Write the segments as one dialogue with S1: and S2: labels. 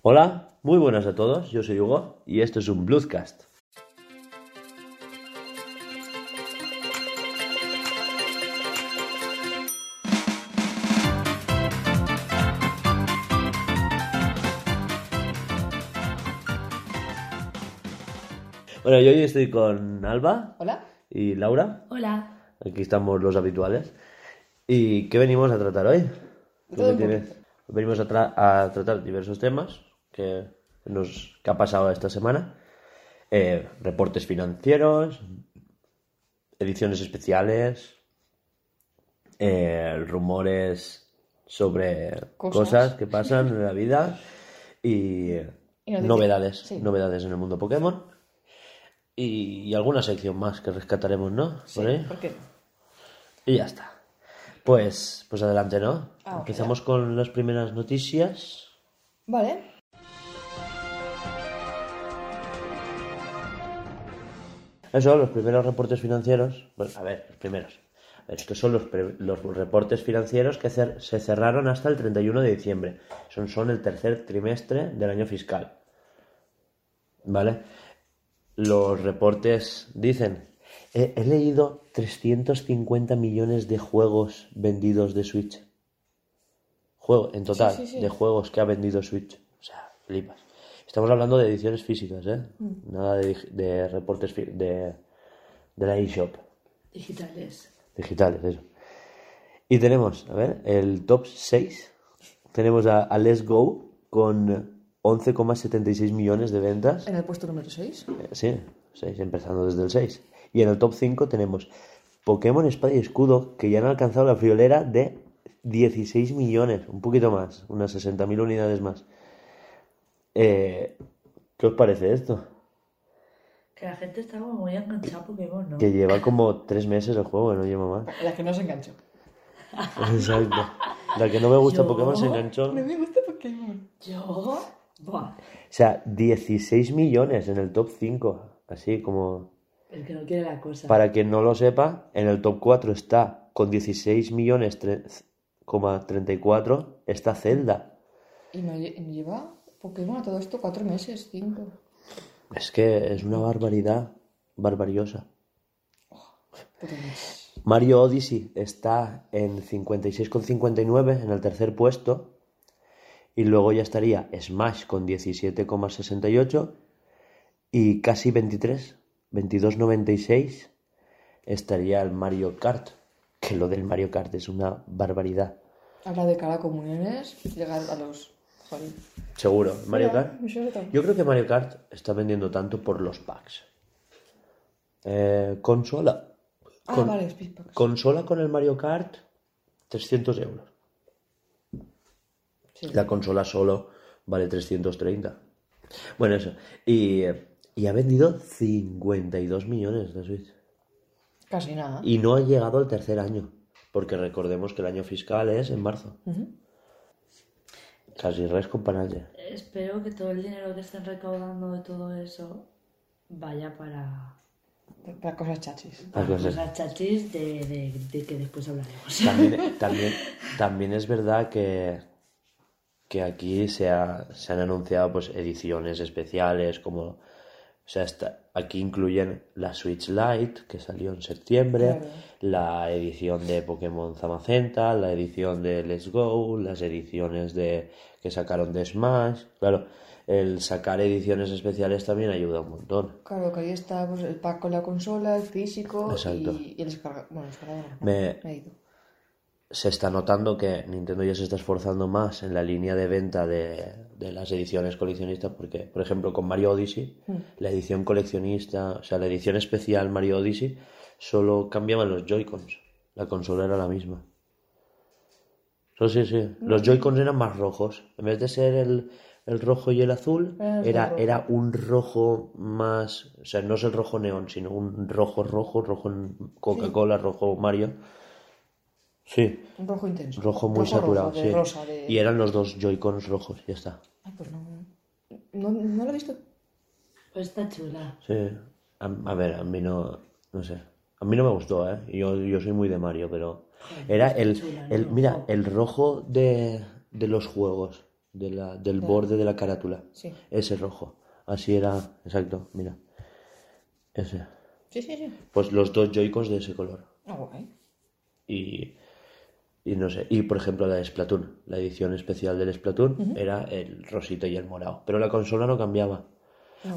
S1: Hola, muy buenas a todos, yo soy Hugo y esto es un Bluescast. Bueno, yo hoy estoy con Alba
S2: Hola.
S1: y Laura,
S3: Hola.
S1: aquí estamos los habituales. ¿Y qué venimos a tratar hoy? ¿Tú
S2: Todo
S1: qué
S2: un
S1: tienes? Venimos a, tra- a tratar diversos temas que, nos, que ha pasado esta semana. Eh, reportes financieros, ediciones especiales, eh, rumores sobre cosas.
S2: Cosas.
S1: que pasan en la vida y
S2: Y noticias.
S1: novedades,
S2: Sí.
S1: novedades en el mundo Pokémon. Y, y alguna sección más que rescataremos, ¿no?
S2: Sí,
S1: Por ahí.
S2: ¿por qué?
S1: Y ya está. Pues, pues adelante, ¿no?
S2: Ah, ok,
S1: Empezamos con las primeras noticias.
S2: Vale.
S1: Eso, los primeros reportes financieros. Bueno, a ver, los primeros. A ver, Estos son los, pre- los reportes financieros que cer- se cerraron hasta el 31 de diciembre. Son, son el tercer trimestre del año fiscal. ¿Vale? Los reportes dicen, eh, he, he leído 350 millones de juegos vendidos de Switch. Juego, en total,
S2: Sí, sí, sí.
S1: de juegos que ha vendido Switch. O sea, flipas. Estamos hablando de ediciones físicas, ¿eh?
S2: Mm.
S1: Nada de, dig- de reportes fi- de, de la eShop.
S3: Digitales.
S1: Digitales, eso. Y tenemos, a ver, el top 6. Tenemos a, a Let's Go con 11,76 millones de ventas.
S2: En el puesto número 6.
S1: Eh, Sí, 6, empezando desde el 6. Y en el top 5 tenemos Pokémon Espada y Escudo, que ya han alcanzado la friolera de 16 millones, un poquito más, unas 60.000 unidades más. Eh, ¿Qué os parece esto?
S3: Que la gente está como muy enganchada a Pokémon, ¿no?
S1: Que lleva como 3 meses el juego, no lleva más.
S2: La que no se enganchó.
S1: Exacto. La que no me gusta
S3: Yo-
S1: Pokémon se enganchó.
S2: me gusta Pokémon.
S3: Yo. Buah.
S1: O sea, 16 millones en el top 5. Así como...
S3: El que no quiere la cosa.
S1: Para quien no lo sepa, en el top 4 está con 16 millones tre- coma 34 está Zelda.
S2: Y no lle- no lleva Pokémon a todo esto cuatro meses, cinco.
S1: Es que es una barbaridad, barbariosa.
S2: Pokémon.
S1: Mario Odyssey está en 56,59 en el tercer puesto. Y luego ya estaría Smash con 17,68 y casi 23, 22,96 estaría el Mario Kart. Que lo del Mario Kart es una barbaridad.
S2: Habla de cara a comuniones, llegar a los. Joder.
S1: Seguro, Mario Kart.
S2: Me suena tan-
S1: Yo creo que Mario Kart está vendiendo tanto por los packs. Eh, consola.
S2: Ah,
S1: Con-
S2: vale, Speedbox.
S1: Consola con el Mario Kart, 300 euros.
S2: Sí.
S1: La consola solo vale 330. Bueno, eso. Y, y ha vendido 52 millones de Switch.
S2: Casi nada.
S1: Y no ha llegado al tercer año. Porque recordemos que el año fiscal es en marzo.
S2: Ujú.
S1: Casi res comparable.
S3: Espero que todo el dinero que estén recaudando de todo eso vaya para.
S2: Para cosas chachis.
S1: Las
S3: para
S1: cosas.
S3: cosas chachis de, de, de que después hablaremos.
S1: También, también, también es verdad que, que aquí se, ha- se han anunciado pues ediciones especiales como o sea, está- aquí incluyen la Switch Lite que salió en septiembre,
S2: Claro.
S1: la edición de Pokémon Zamacenta, la edición de Let's Go, las ediciones de que sacaron de Smash, claro, el sacar ediciones especiales también ayuda un montón.
S2: Claro, que ahí está pues, el pack con la consola, el físico
S1: Exacto.
S2: y, y el descarga. Bueno, el descargador. no,
S1: Me-
S2: me he ido.
S1: se está notando que Nintendo ya se está esforzando más en la línea de venta de, de las ediciones coleccionistas, porque, por ejemplo, con Mario Odyssey, la edición coleccionista, o sea, la edición especial Mario Odyssey, solo cambiaban los Joy-Cons. La consola era la misma. Sí, sí, sí. Los Joy-Cons eran más rojos. En vez de ser el, el rojo y el azul,
S2: Eran los
S1: era,
S2: dos
S1: era un rojo más. O sea, no es el rojo neón, sino un rojo rojo, rojo en Coca-Cola, rojo Mario. Sí.
S2: Un rojo intenso.
S1: Rojo muy
S2: Rojo,
S1: saturado,
S2: rojo, de
S1: sí.
S2: rosa, de-
S1: Y eran los dos Joy-Cons rojos, ya está.
S2: Ay, pues no. No, no lo he visto.
S3: Pues está chula.
S1: Sí. A, a ver, a mí no. No sé. A mí no me gustó, ¿eh? Yo, yo soy muy de Mario, pero. Era el. el- mira, el rojo de, de los juegos. de la- del borde de la carátula.
S2: Sí.
S1: Ese rojo. Así era, exacto, mira. Ese.
S2: Sí, sí, sí.
S1: Pues los dos joicos de ese color.
S2: Ah, guay.
S1: Y, y no sé. Y por ejemplo la de Splatoon, la edición especial del Splatoon era el rosito y el morado. Pero la consola no cambiaba.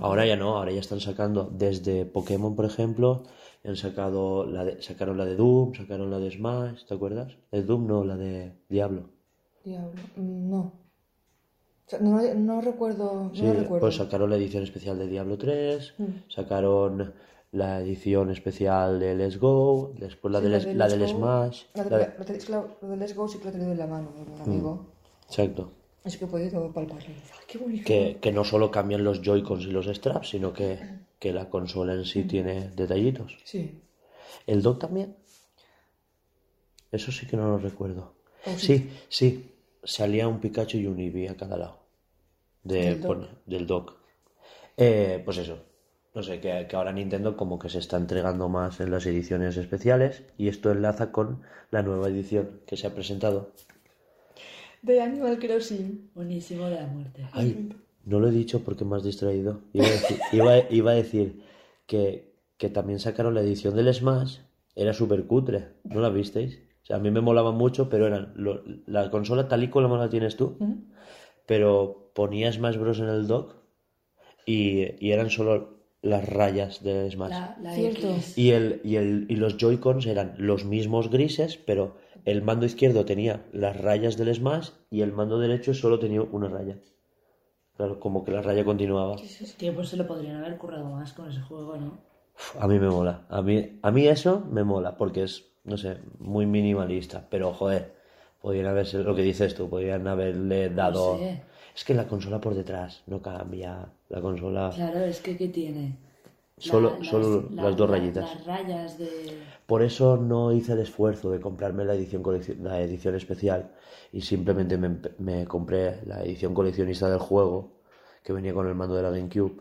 S1: Ahora ya no, ahora ya están sacando desde Pokémon, por ejemplo, han sacado la de- sacaron la de Doom, sacaron la de Smash, ¿te acuerdas? De Doom no, la de Diablo.
S2: Diablo. Mm, No. O sea, no, no recuerdo. No
S1: Sí,
S2: lo recuerdo. Mm.
S1: pues sacaron la edición especial de Diablo 3, sacaron la edición especial de Let's Go, después la,
S2: Sí,
S1: del, es- la del
S2: Let's Go.
S1: Smash.
S2: La de,
S1: la de- Mm.
S2: la de- es que la- la de Let's Go sí que la he tenido en la mano, un amigo.
S1: Exacto.
S2: Así que he podido palparlo. Ah, ¡Qué bonito!
S1: Que, que no solo cambian los Joy-Cons y los straps, sino que, que la consola en sí tiene detallitos.
S2: Sí.
S1: ¿El dock también? Eso sí que no lo recuerdo.
S2: Oh,
S1: sí. sí, Salía un Pikachu y un Eevee a cada lado. De,
S2: Del dock.
S1: pon- del dock. Eh, pues eso. No sé, que, que ahora Nintendo como que se está entregando más en las ediciones especiales y esto enlaza con la nueva edición que se ha presentado.
S2: De Animal Crossing.
S3: Buenísimo de la muerte.
S1: Ay, no lo he dicho porque me has distraído. Iba a decir, iba- iba a decir que, que también sacaron la edición del Smash. Era súper cutre. ¿No la visteis? O sea, a mí me molaba mucho, pero eran lo- la consola tal y como la tienes tú. Pero ponía Smash Bros. en el dock y, y eran solo las rayas del Smash.
S3: La, la
S2: Cierto.
S3: X.
S1: Y, el, y, el, y los Joy-Cons eran los mismos grises, pero el mando izquierdo tenía las rayas del Smash y el mando derecho solo tenía una raya. Claro, como que la raya continuaba.
S3: Tío, pues se lo podrían haber currado más con ese juego, ¿no?
S1: Uf, a mí me mola. A mí, a mí eso me mola porque es, no sé, muy minimalista. Pero joder, podrían haberse, lo que dices tú, podrían haberle dado.
S3: sé.
S1: Es que la consola por detrás no cambia. La consola.
S3: Claro, es que ¿qué tiene? La-
S1: Solo- solo las dos rayitas.
S3: Las rayas de...
S1: Por eso no hice el esfuerzo de comprarme la edición, colec- la edición especial y simplemente me, empe- me compré la edición coleccionista del juego que venía con el mando de la GameCube,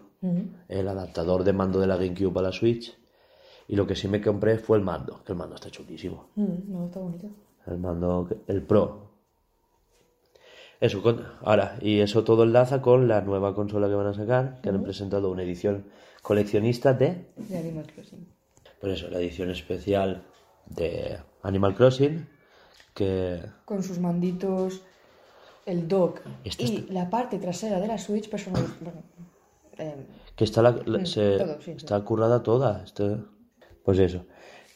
S1: el adaptador de mando de la GameCube a la Switch y lo que sí me compré fue el mando, que el mando está chulísimo,
S2: Mm, no, está bonito.
S1: el mando, que- el Pro. Eso, con- ahora, y eso todo enlaza con la nueva consola que van a sacar, que han presentado una edición coleccionista de
S2: De Animal Crossing.
S1: por eso, la edición especial de Animal Crossing, que
S2: Con sus manditos, el dock.
S1: Este
S2: y la parte trasera de la Switch personal. bueno, eh,
S1: que está, la- la- se-
S2: todo, sí,
S1: está currada toda. este- pues eso,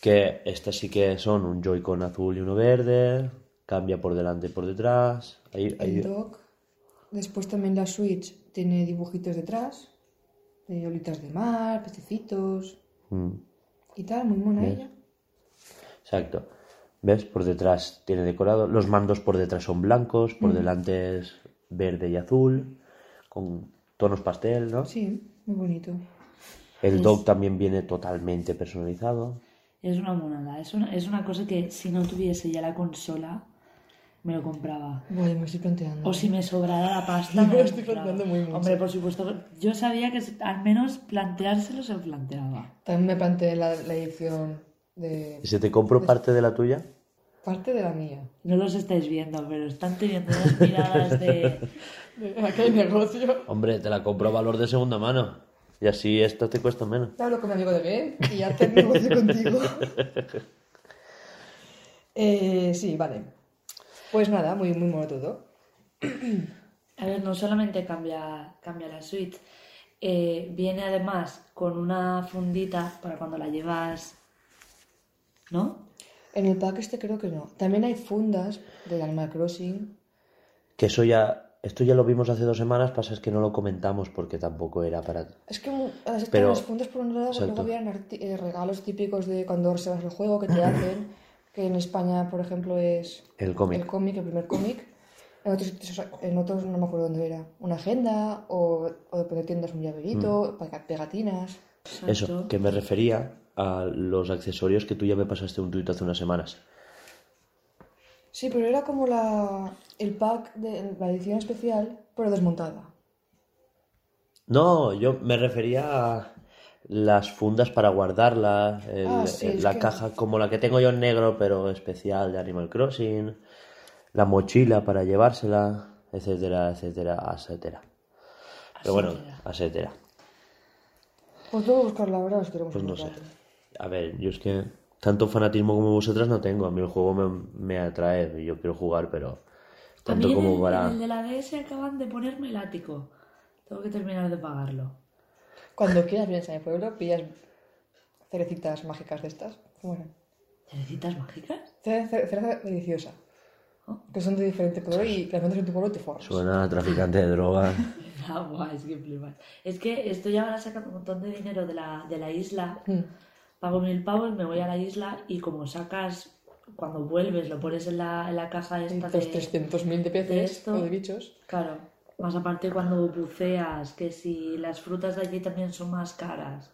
S1: que estas sí que son un Joy-Con azul y uno verde, cambia por delante y por detrás. Ahí, ahí-
S2: el dock. Después también la Switch tiene dibujitos detrás. De olitas de mar, pececitos
S1: Mm,
S2: y tal. Muy mona ella.
S1: exacto. ¿Ves? Por detrás tiene decorado. Los mandos por detrás son blancos,
S2: Mm.
S1: por delante es verde y azul, con tonos pastel, ¿no?
S2: Sí, muy bonito.
S1: El dock también viene totalmente personalizado.
S3: Es una monada. Es una, es una cosa que si no tuviese ya la consola, me lo compraba.
S2: Voy, me estoy planteando.
S3: O si me sobrara la pasta. me
S2: Me
S3: lo
S2: estoy
S3: compraba.
S2: planteando muy mucho.
S3: Hombre, por supuesto. Yo sabía que al menos planteárselo se lo planteaba.
S2: También me planteé la, la edición de
S1: ¿Y si te
S2: Pues
S1: compro parte de la tuya?
S2: parte de la mía.
S3: No los estáis viendo, pero están teniendo unas miradas de.
S2: De aquel negocio.
S1: Hombre, te la compro a valor de segunda mano. Y así esta te cuesta menos.
S2: Te hablo con mi amigo de B y ya te negocio contigo. Eh, sí, vale. Pues nada, muy, muy mono todo.
S3: A ver, no solamente cambia, cambia la Switch, eh, viene además con una fundita para cuando la llevas. ¿No?
S2: En el pack este creo que no. También hay fundas de Animal Crossing.
S1: Que eso ya. Esto ya lo vimos hace dos semanas, pasa es que no lo comentamos porque tampoco era para.
S2: Es que mm, las estaban
S1: Pero-
S2: las fundas por un lado,
S1: exacto.
S2: luego habían arti- eh, regalos típicos de cuando reservas el juego que te hacen, que en España, por ejemplo, es
S1: El cómic.
S2: el cómic, el primer cómic. En otros, sitios- en otros no me acuerdo dónde era. Una agenda o, o de tiendas un llaverito,
S1: Mm.
S2: pega- pegatinas.
S1: Eso, que me refería a los accesorios que tú ya me pasaste un tuit hace unas semanas.
S2: Sí, pero era como la, el pack de la edición especial, pero desmontada.
S1: No, yo me refería a las fundas para guardarlas, el-
S2: Ah, sí,
S1: el-
S2: es
S1: la
S2: que-
S1: caja como la que tengo yo en negro, pero especial de Animal Crossing, la mochila para llevársela. etcétera, etcétera, etcétera. Pero bueno, etcétera.
S2: Pues luego buscar la verdad os queremos
S1: Pues no sé.
S2: encontrar.
S1: A ver, yo es que tanto fanatismo como vosotras no tengo. A mí el juego me, me atrae, yo quiero jugar, pero tanto
S3: También
S1: como
S3: el,
S1: para...
S3: el de la DS acaban de ponerme el ático. Tengo que terminar de pagarlo.
S2: Cuando quieras vienes a mi pueblo, pillas cerecitas mágicas de estas. ¿Cómo eran?
S3: ¿Cerecitas mágicas?
S2: Cere- cere- Cereza deliciosa.
S3: Oh.
S2: Que son de diferente color y las metes en tu pueblo y te forras.
S1: Suena a traficante de drogas.
S3: Ah, guau, es que flipas. Es que esto ya van a sacar un montón de dinero de la, de la isla.
S2: Mm.
S3: Pago mil pavos, me voy a la isla y como sacas, cuando vuelves, lo pones en la, en la caja esta
S2: Entonces,
S3: de...
S2: 300.000 de
S3: de
S2: peces
S3: esto.
S2: o de bichos.
S3: Claro, más aparte cuando buceas, que si las frutas de allí también son más caras.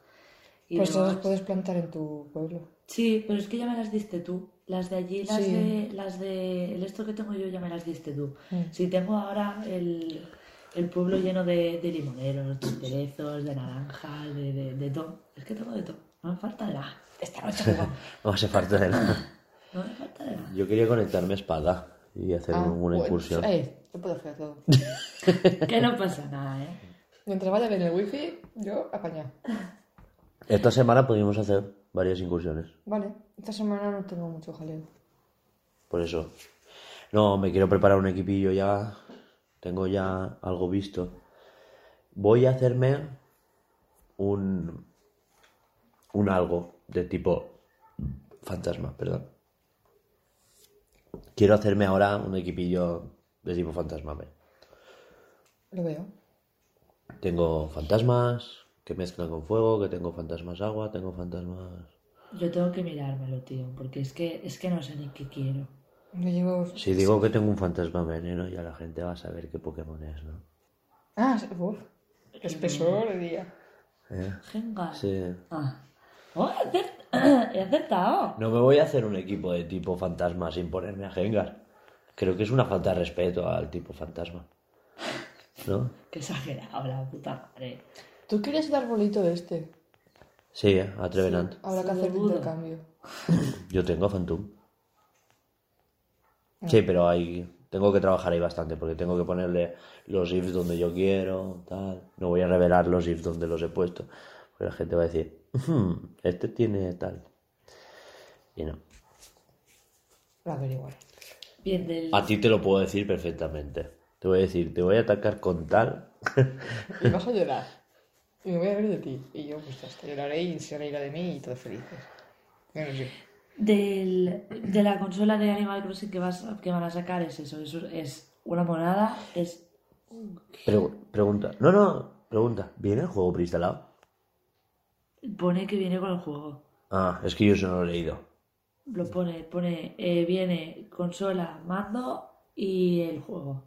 S3: Y
S2: Pues no las
S3: demás.
S2: puedes plantar en tu pueblo.
S3: Sí, pero es que ya me las diste tú. Las de allí, las
S2: Sí.
S3: de, las de el esto que tengo yo ya me las diste tú.
S2: Mm.
S3: Si tengo ahora el, el pueblo lleno de, de limoneros, de cerezos, de naranjas, de, de, de todo. Es que tengo de todo. No me falta nada.
S2: Esta noche juego.
S1: No hace falta de nada.
S3: No me falta de nada.
S1: Yo quería conectarme a espada y hacer
S2: Ah,
S1: una
S2: bueno,
S1: incursión.
S2: eh, yo puedo hacer todo.
S3: Que no pasa nada, ¿eh?
S2: Mientras vaya bien el wifi, yo apañado.
S1: Esta semana pudimos hacer varias incursiones.
S2: Vale, esta semana no tengo mucho jaleo.
S1: Por eso. No, me quiero preparar un equipillo ya. Tengo ya algo visto. Voy a hacerme un. un algo de tipo. fantasma, perdón. Quiero hacerme ahora un equipillo de tipo fantasma. ve.
S2: Lo veo.
S1: Tengo fantasmas que mezclan con fuego, que tengo fantasmas agua, tengo fantasmas.
S3: Yo tengo que mirármelo, tío, porque es que, es que no sé ni qué quiero.
S2: Yo llevo.
S1: Si digo que tengo un fantasma veneno, ya la gente va a saber qué Pokémon es, ¿no?
S2: Ah, sí, uf. Qué espesor de día.
S1: ¿Eh?
S3: Jenga.
S1: Sí.
S3: Ah. Oh, he acert- he acertado.
S1: No me voy a hacer un equipo de tipo fantasma sin ponerme a Gengar. Creo que es una falta de respeto al tipo fantasma. ¿No?
S3: Qué exagerado, la puta madre.
S2: ¿Tú quieres el arbolito este?
S1: Sí, ¿eh? a Trevenant.
S2: Habrá que hacer el
S3: Seguro.
S2: intercambio.
S1: Yo tengo a Phantom.
S3: Mm.
S1: Sí, pero hay... tengo que trabajar ahí bastante porque tengo que ponerle los ifs donde yo quiero, tal. No voy a revelar los ifs donde los he puesto. Porque la gente va a decir, "Ujú, este tiene tal. Y no.
S2: Lo averiguaré.
S3: Bien, del.
S1: A ti te lo puedo decir perfectamente. Te voy a decir, te voy a atacar con tal.
S2: Y vas a llorar. Y me voy a ver de ti. Y yo, pues ya está, lloraré y se reirá de mí y todos felices. Bueno, sí.
S3: del- de la consola de Animal Crossing que, vas, que van a sacar es eso, eso es una monada, es
S1: Pregu- pregunta. No, no, pregunta. ¿Viene el juego preinstalado?
S3: pone que viene con el juego.
S1: Ah, es que yo eso no lo he leído.
S3: Lo pone, pone, eh, viene consola, mando y el juego.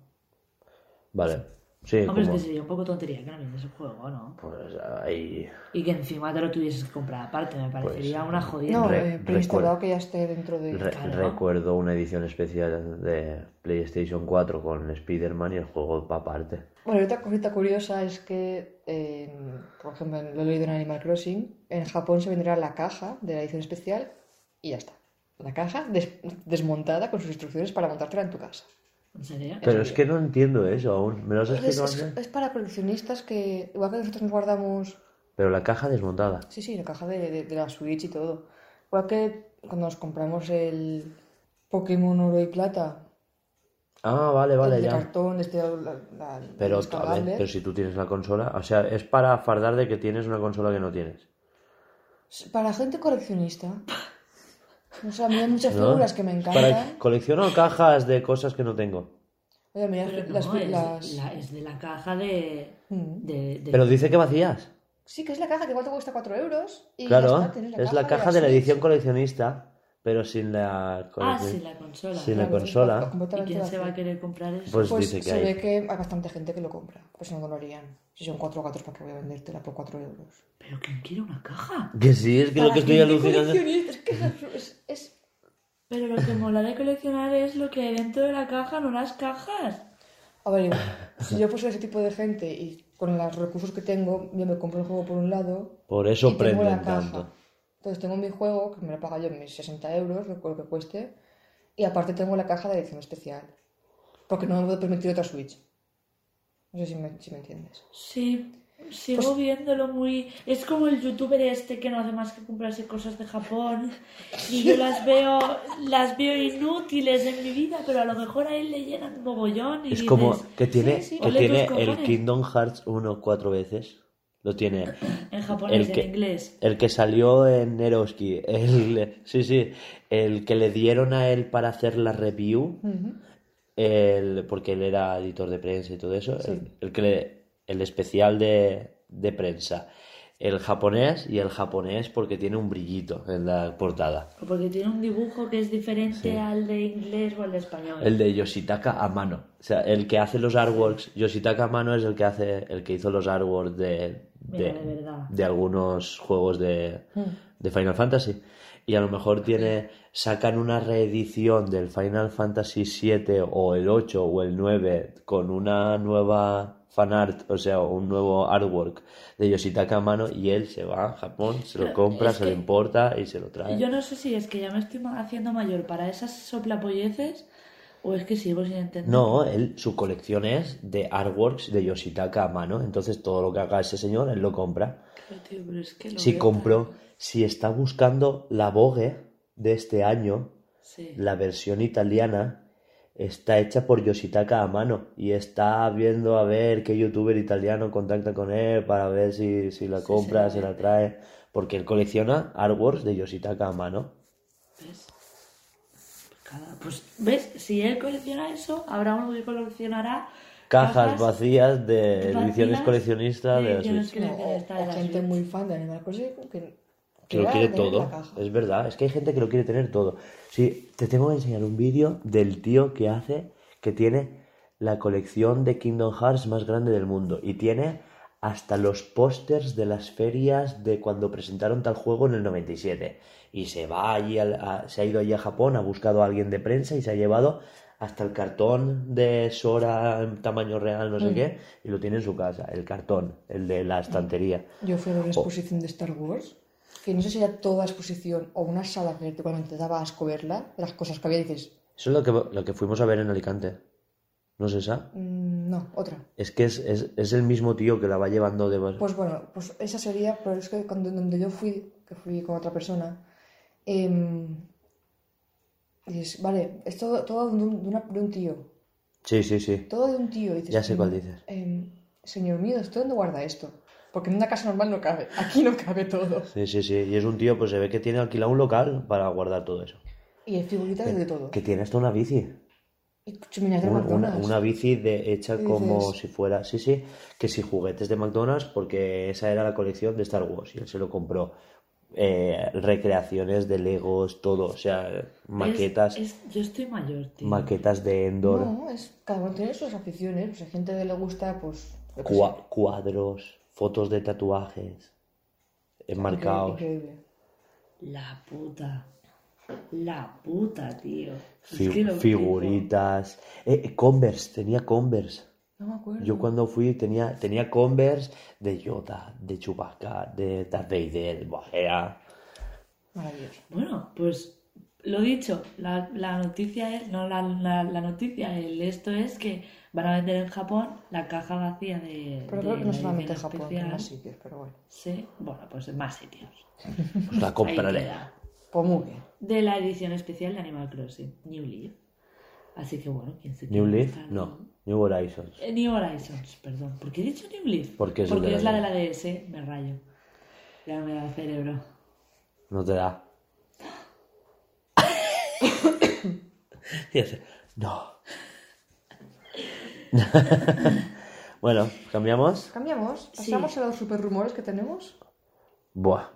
S1: Vale. Sí,
S3: Hombre, es
S1: como-
S3: que sería un poco tontería que no viniese el juego, ¿no?
S1: Pues ahí.
S3: Y que encima te lo tuvieses que comprar aparte, me parecería una jodida.
S2: No,
S1: Re-
S2: eh, preinstalado que ya esté dentro de.
S1: Re-
S3: Claro.
S1: Recuerdo una edición especial de PlayStation 4 con Spider-Man y el juego va aparte.
S2: Bueno, y otra cosita curiosa es que, en- por ejemplo, en- lo he leído en Animal Crossing, en Japón se vendrá la caja de la edición especial y ya está. La caja des- desmontada con sus instrucciones para montártela en tu casa.
S3: ¿En serio?
S1: Pero es que no entiendo eso aún. ¿Me lo has
S2: Pues Es,
S1: explicado
S2: es-
S1: antes?
S2: es para coleccionistas que, igual que nosotros nos guardamos,
S1: Pero la caja desmontada.
S2: sí, sí, la caja de, de- de la Switch y todo. Igual que cuando nos compramos el Pokémon Oro y Plata,
S1: Ah, vale, vale,
S2: el de
S1: ya.
S2: cartón, este, la, la-
S1: Pero, a ver,
S2: descargable.
S1: pero si tú tienes la consola. O sea, es para fardar de que tienes una consola que no tienes.
S2: Para gente coleccionista. O sea, a mí hay muchas
S1: ¿No?
S2: figuras que me
S1: Es
S2: encantan.
S1: Para... Colecciono cajas de cosas que no tengo.
S2: Oye, mira,
S3: Pero no,
S2: las, fi-
S3: es,
S2: las-
S3: la- es de la caja de.
S2: Mm.
S3: de, de-
S1: Pero dice que vacías.
S2: Sí, que es la caja que igual te cuesta 4 euros. Y ya
S1: Claro,
S2: está, tienes
S1: es la caja de la edición coleccionista, pero sin la
S3: Ah,
S1: colección-
S3: sin la consola.
S1: sin la consola.
S3: ¿Y quién se va a querer comprar eso?
S1: Pues,
S2: Pues
S1: dice que
S2: se
S1: hay.
S2: ve que hay bastante gente que lo compra. Pues no, no lo harían. Si son 4 gatos, ¿para qué voy a vendértela por 4 euros?
S3: ¿Pero quién quiere una caja?
S1: Que sí, es que lo
S2: Para
S1: que estoy
S2: gente
S1: alucinando.
S2: coleccionista, Es que es absurdo, es- es-
S3: Pero lo que mola de coleccionar es lo que hay dentro de la caja, no las cajas.
S2: A ver, igual, si yo fuese ese tipo de gente y con los recursos que tengo, yo me compro el juego por un lado
S1: Por
S2: y
S1: eso
S2: tengo la
S1: prenden
S2: caja.
S1: tanto.
S2: Entonces tengo mi juego, que me lo paga yo en mis 60 euros, lo que cueste, y aparte tengo la caja de edición especial. porque no me puedo permitir otra Switch. No sé si me, si me entiendes.
S3: Sí, sigo
S1: Pues-
S3: viéndolo muy... Es como el youtuber este que no hace más que comprarse cosas de Japón y yo las veo, las veo inútiles en mi vida, pero a lo mejor a él le llenan un mogollón y
S1: Es como
S3: dices,
S1: que tiene,
S3: "Sí, sí,
S1: que
S3: ole
S1: tiene
S3: tus
S1: el
S3: cojones".
S1: Kingdom Hearts 1 cuatro veces. Lo tiene.
S3: En
S1: el
S3: japonés,
S1: que-
S3: en inglés.
S1: El que salió en Eroski. El, sí, sí. El que le dieron a él para hacer la review. el- porque él era editor de prensa y todo eso. El, el que le- el especial de, de prensa. El japonés y el japonés porque tiene un brillito en la portada.
S3: O Porque tiene un dibujo que es diferente al de inglés o al de español.
S1: El de Yoshitaka a mano. O sea, el que hace los artworks. Yoshitaka a mano es el que hace. el que hizo los artworks de.
S3: Mira, de verdad. Hmm.
S1: de algunos juegos de, de Final Fantasy. Y a lo mejor tiene. sacan una reedición del Final Fantasy 7 o el 8 o el 9 con una nueva fanart, o sea, un nuevo artwork de Yoshitaka a mano y él se va a Japón, se lo
S3: Pero
S1: compra,
S3: es
S1: se lo
S3: que-
S1: importa y se lo trae.
S3: Yo no sé si es que ya me estoy ma- haciendo mayor para esas soplapolleces o es que sigo sin entender.
S1: No, él, su colección es de artworks de Yoshitaka a mano. Entonces todo lo que haga ese señor, él lo compra.
S3: Pero, tío, pero es que lo
S1: Si
S3: veo
S1: compró,
S3: tan-
S1: si está buscando la Vogue de este año,
S3: Sí.
S1: la versión italiana está hecha por Yoshitaka a mano. Y está viendo a ver qué youtuber italiano contacta con él para ver si, si la
S3: Sí,
S1: compra,
S3: sí,
S1: si la
S3: sí.
S1: trae. Porque él colecciona artworks de Yoshitaka a mano.
S3: ¿Ves? Cada- Pues, ¿ves? Si él colecciona eso, habrá uno que coleccionará
S1: Cajas vacías de
S3: vacías
S1: ediciones coleccionistas de la
S3: ediciones
S1: Switch.
S3: que le interesa
S2: o,
S3: de
S2: o
S3: la
S2: gente
S3: Switch.
S2: muy fan de Animal Crossing que,
S1: que lo
S2: va a
S1: quiere
S2: tener en
S1: todo.
S2: la caja.
S1: Es verdad, es que hay gente que lo quiere tener todo. Sí, te tengo que enseñar un vídeo del tío que hace, que tiene la colección de Kingdom Hearts más grande del mundo y tiene hasta los pósters de las ferias de cuando presentaron tal juego en el 97. Y se va allí, al- a- se ha ido allí a Japón, ha buscado a alguien de prensa y se ha llevado hasta el cartón de Sora en tamaño real,
S2: Mm.
S1: no sé qué, y lo tiene en su casa, el cartón, el de la estantería.
S2: Yo fui a ver una exposición de Star Wars, que no sé si era toda exposición o una sala que cuando te daba asco verla, de las cosas que había dices,
S1: Eso es lo que, lo que fuimos a ver en Alicante. ¿No es esa?
S2: "Mm, no, otra.
S1: Es que es, es- es el mismo tío que la va llevando de...
S2: Pues bueno, pues esa sería, pero es que cuando, donde yo fui, que fui con otra persona, em, dices, vale, es todo, todo de, un, de una- de un tío,
S1: Sí, sí, sí.
S2: todo de un tío. Dices,
S1: Ya sé cuál
S2: "Mm,
S1: dices".
S2: em, señor mío, ¿esto dónde guarda esto? Porque en una casa normal no cabe, aquí no cabe todo.
S1: Sí, sí, sí. Y es un tío, pues se ve que tiene alquilado un local para guardar todo eso.
S2: Y hay figuritas de todo.
S1: Que tiene hasta una bici.
S2: Y chuminas de
S1: Un- Una,
S2: McDonald's.
S1: una bici de, hecha
S2: ¿Qué
S1: como
S2: dices?
S1: si fuera... Sí, sí. Que si juguetes de McDonald's, porque esa era la colección de Star Wars. Y él se lo compró. Eh, recreaciones de Legos, todo. O sea, maquetas.
S3: Es- es- yo estoy mayor, tío.
S1: Maquetas de Endor.
S2: No, es, cada uno tiene sus aficiones. Pues hay gente que le gusta, pues. yo qué
S1: cua- cuadros, fotos de tatuajes,
S2: sé, increíble,
S1: enmarcados,
S2: increíble.
S3: La puta. La puta, tío. Es
S1: fi-
S3: que lo flipo.
S1: figuritas, Eh, eh, Converse, tenía Converse.
S2: No me acuerdo.
S1: Yo cuando fui tenía, tenía Converse de Yoda, de Chewbacca, de Darth Vader, buah, era-
S2: Maravilloso.
S3: Bueno, pues lo dicho, la, la noticia es, no la, la- la noticia, el esto es que van a vender en Japón la caja vacía de.
S2: Pero
S3: de
S2: creo que no
S3: la
S2: solamente en
S3: edición
S2: Japón, que en
S3: especial.
S2: más sitios, pero bueno.
S3: Sí, bueno, pues en más sitios.
S1: pues la
S3: Ahí
S1: compraré.
S3: queda.
S2: Pues muy bien.
S3: De la edición especial de Animal Crossing, New Leaf. Así que bueno, ¿quién se
S1: New
S3: quiere
S1: Leaf,
S3: gastar
S1: no, New Horizons.
S3: Eh, New Horizons, perdón. ¿Por qué he dicho New Leaf?
S1: Porque es el de la
S3: la de la DS, me rayo. Ya me da el cerebro.
S1: No te da. Y hace, no. bueno, cambiamos.
S2: Cambiamos, pasamos a los super rumores que tenemos.
S1: Buah.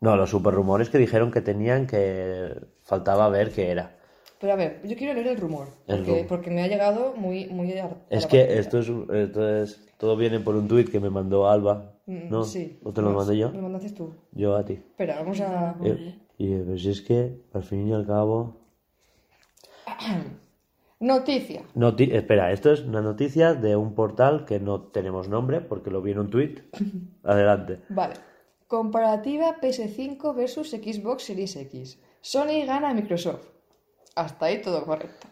S1: No, los super rumores que dijeron que tenían que faltaba ver qué era.
S2: Pero a ver, yo quiero leer el rumor.
S1: El
S2: porque,
S1: rumor.
S2: porque me ha llegado muy. muy a- a
S1: Es
S2: la
S1: que
S2: partida.
S1: esto es, un- esto es- todo viene por un tuit que me mandó Alba,
S2: Mm,
S1: ¿no?
S2: Sí.
S1: ¿O te lo
S2: No,
S1: mandé yo?
S2: Me mandaste tú.
S1: Yo a ti.
S2: Espera, vamos a.
S1: Eh, Y eh, pues es que, al fin y al cabo...
S2: Noticia.
S1: Noti- Espera, esto es una noticia de un portal que no tenemos nombre porque lo vi en un tuit. Adelante.
S2: Vale. Comparativa PS5 versus Xbox Series X. Sony gana a Microsoft. Hasta ahí todo correcto.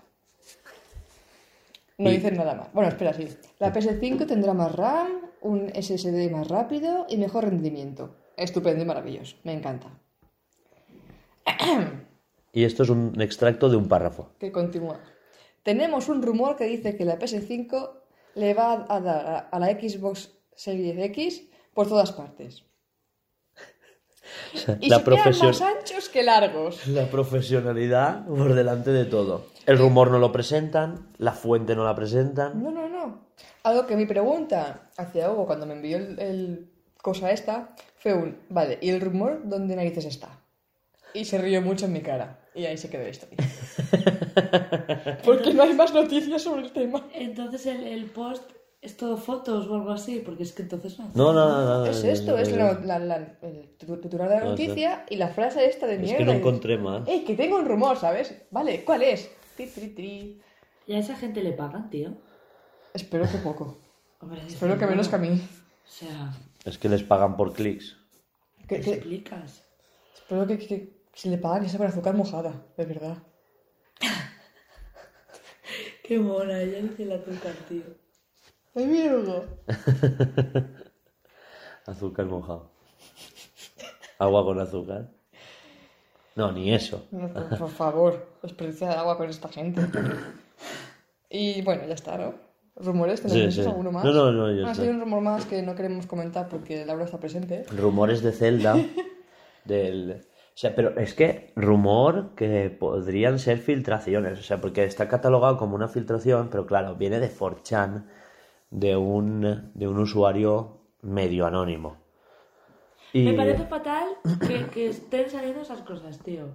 S2: No
S1: Y-
S2: dicen nada más. Bueno, espera, sí. La PS5 tendrá más RAM, un SSD más rápido y mejor rendimiento. Estupendo y maravilloso. Me encanta.
S1: Y esto es un extracto de un párrafo.
S2: Que continúa. Tenemos un rumor que dice que la PS5 le va a dar a- a la Xbox Series X por todas partes. Y
S1: la
S2: se quedan
S1: profesión-
S2: más anchos que largos.
S1: La profesionalidad por delante de todo. El rumor no lo presentan, la fuente no la presentan.
S2: No, no, no. Algo que mi pregunta hacia Hugo cuando me envió el, el cosa esta fue un, vale, ¿y el rumor dónde narices está? Y se rió mucho en mi cara. Y ahí se quedó esto. Porque no hay más noticias sobre el tema.
S3: Entonces el, el post es todo fotos o algo así, porque es que entonces no.
S1: No, no, no, no. no,
S2: Es
S1: no,
S2: esto,
S1: no,
S2: es
S1: no,
S2: la,
S1: no.
S2: la- la- el tu- titular de la
S1: No,
S2: noticia y la frase esta de
S1: Es
S2: mierda.
S1: que no encontré más.
S2: ¡Ey, que tengo un rumor, ¿sabes? Vale, ¿cuál es? Tri, tri, tri.
S3: Y a esa gente le pagan, tío.
S2: Espero que poco.
S3: Hombre, es
S2: Espero que menos que a mí.
S3: O sea,
S1: Es que les pagan por clics.
S2: Que-
S3: ¿te
S2: que-
S3: explicas?
S2: Espero que, que- que se le pagan esa para azúcar mojada, de verdad.
S3: Qué mona, ella dice la azúcar, tío.
S2: ¡Ay, mira, Hugo!
S1: Azúcar mojado. Agua con azúcar. No, ni eso.
S2: No, por, por favor, desperdicia de agua con esta gente. Y bueno, ya está, ¿no? ¿Rumores? ¿Te
S1: Sí,
S2: necesitas
S1: sí.
S2: alguno más?
S1: No, no, no, yo
S2: Ah,
S1: estoy.
S2: sí, hay un rumor más que no queremos comentar porque Laura está presente.
S1: Rumores de Zelda. del... O sea, pero es que rumor que podrían ser filtraciones. O sea, porque está catalogado como una filtración, pero claro, viene de 4chan, de un, de un usuario medio anónimo. Y...
S3: Me parece fatal que, que estén saliendo esas cosas, tío.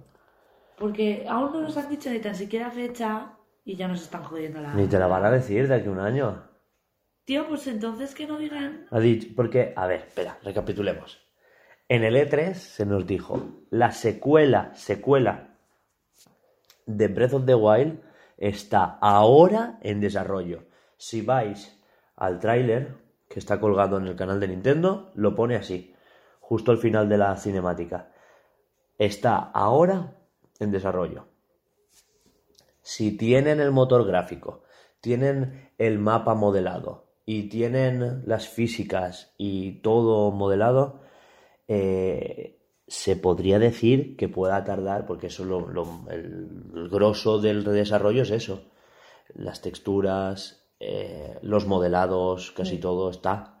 S3: Porque aún no nos han dicho ni tan siquiera fecha y ya nos están jodiendo la...
S1: Ni te la van a decir de aquí a un año.
S3: Tío, pues entonces que no digan...
S1: Ha dicho, porque, a ver, espera, recapitulemos. En el E3 se nos dijo, la secuela, secuela de Breath of the Wild está ahora en desarrollo. Si vais al tráiler que está colgado en el canal de Nintendo, lo pone así, justo al final de la cinemática. Está ahora en desarrollo. Si tienen el motor gráfico, tienen el mapa modelado y tienen las físicas y todo modelado, eh, se podría decir que pueda tardar, porque eso lo- lo- el, el grosso del desarrollo es eso. Las texturas, eh, los modelados, casi todo está.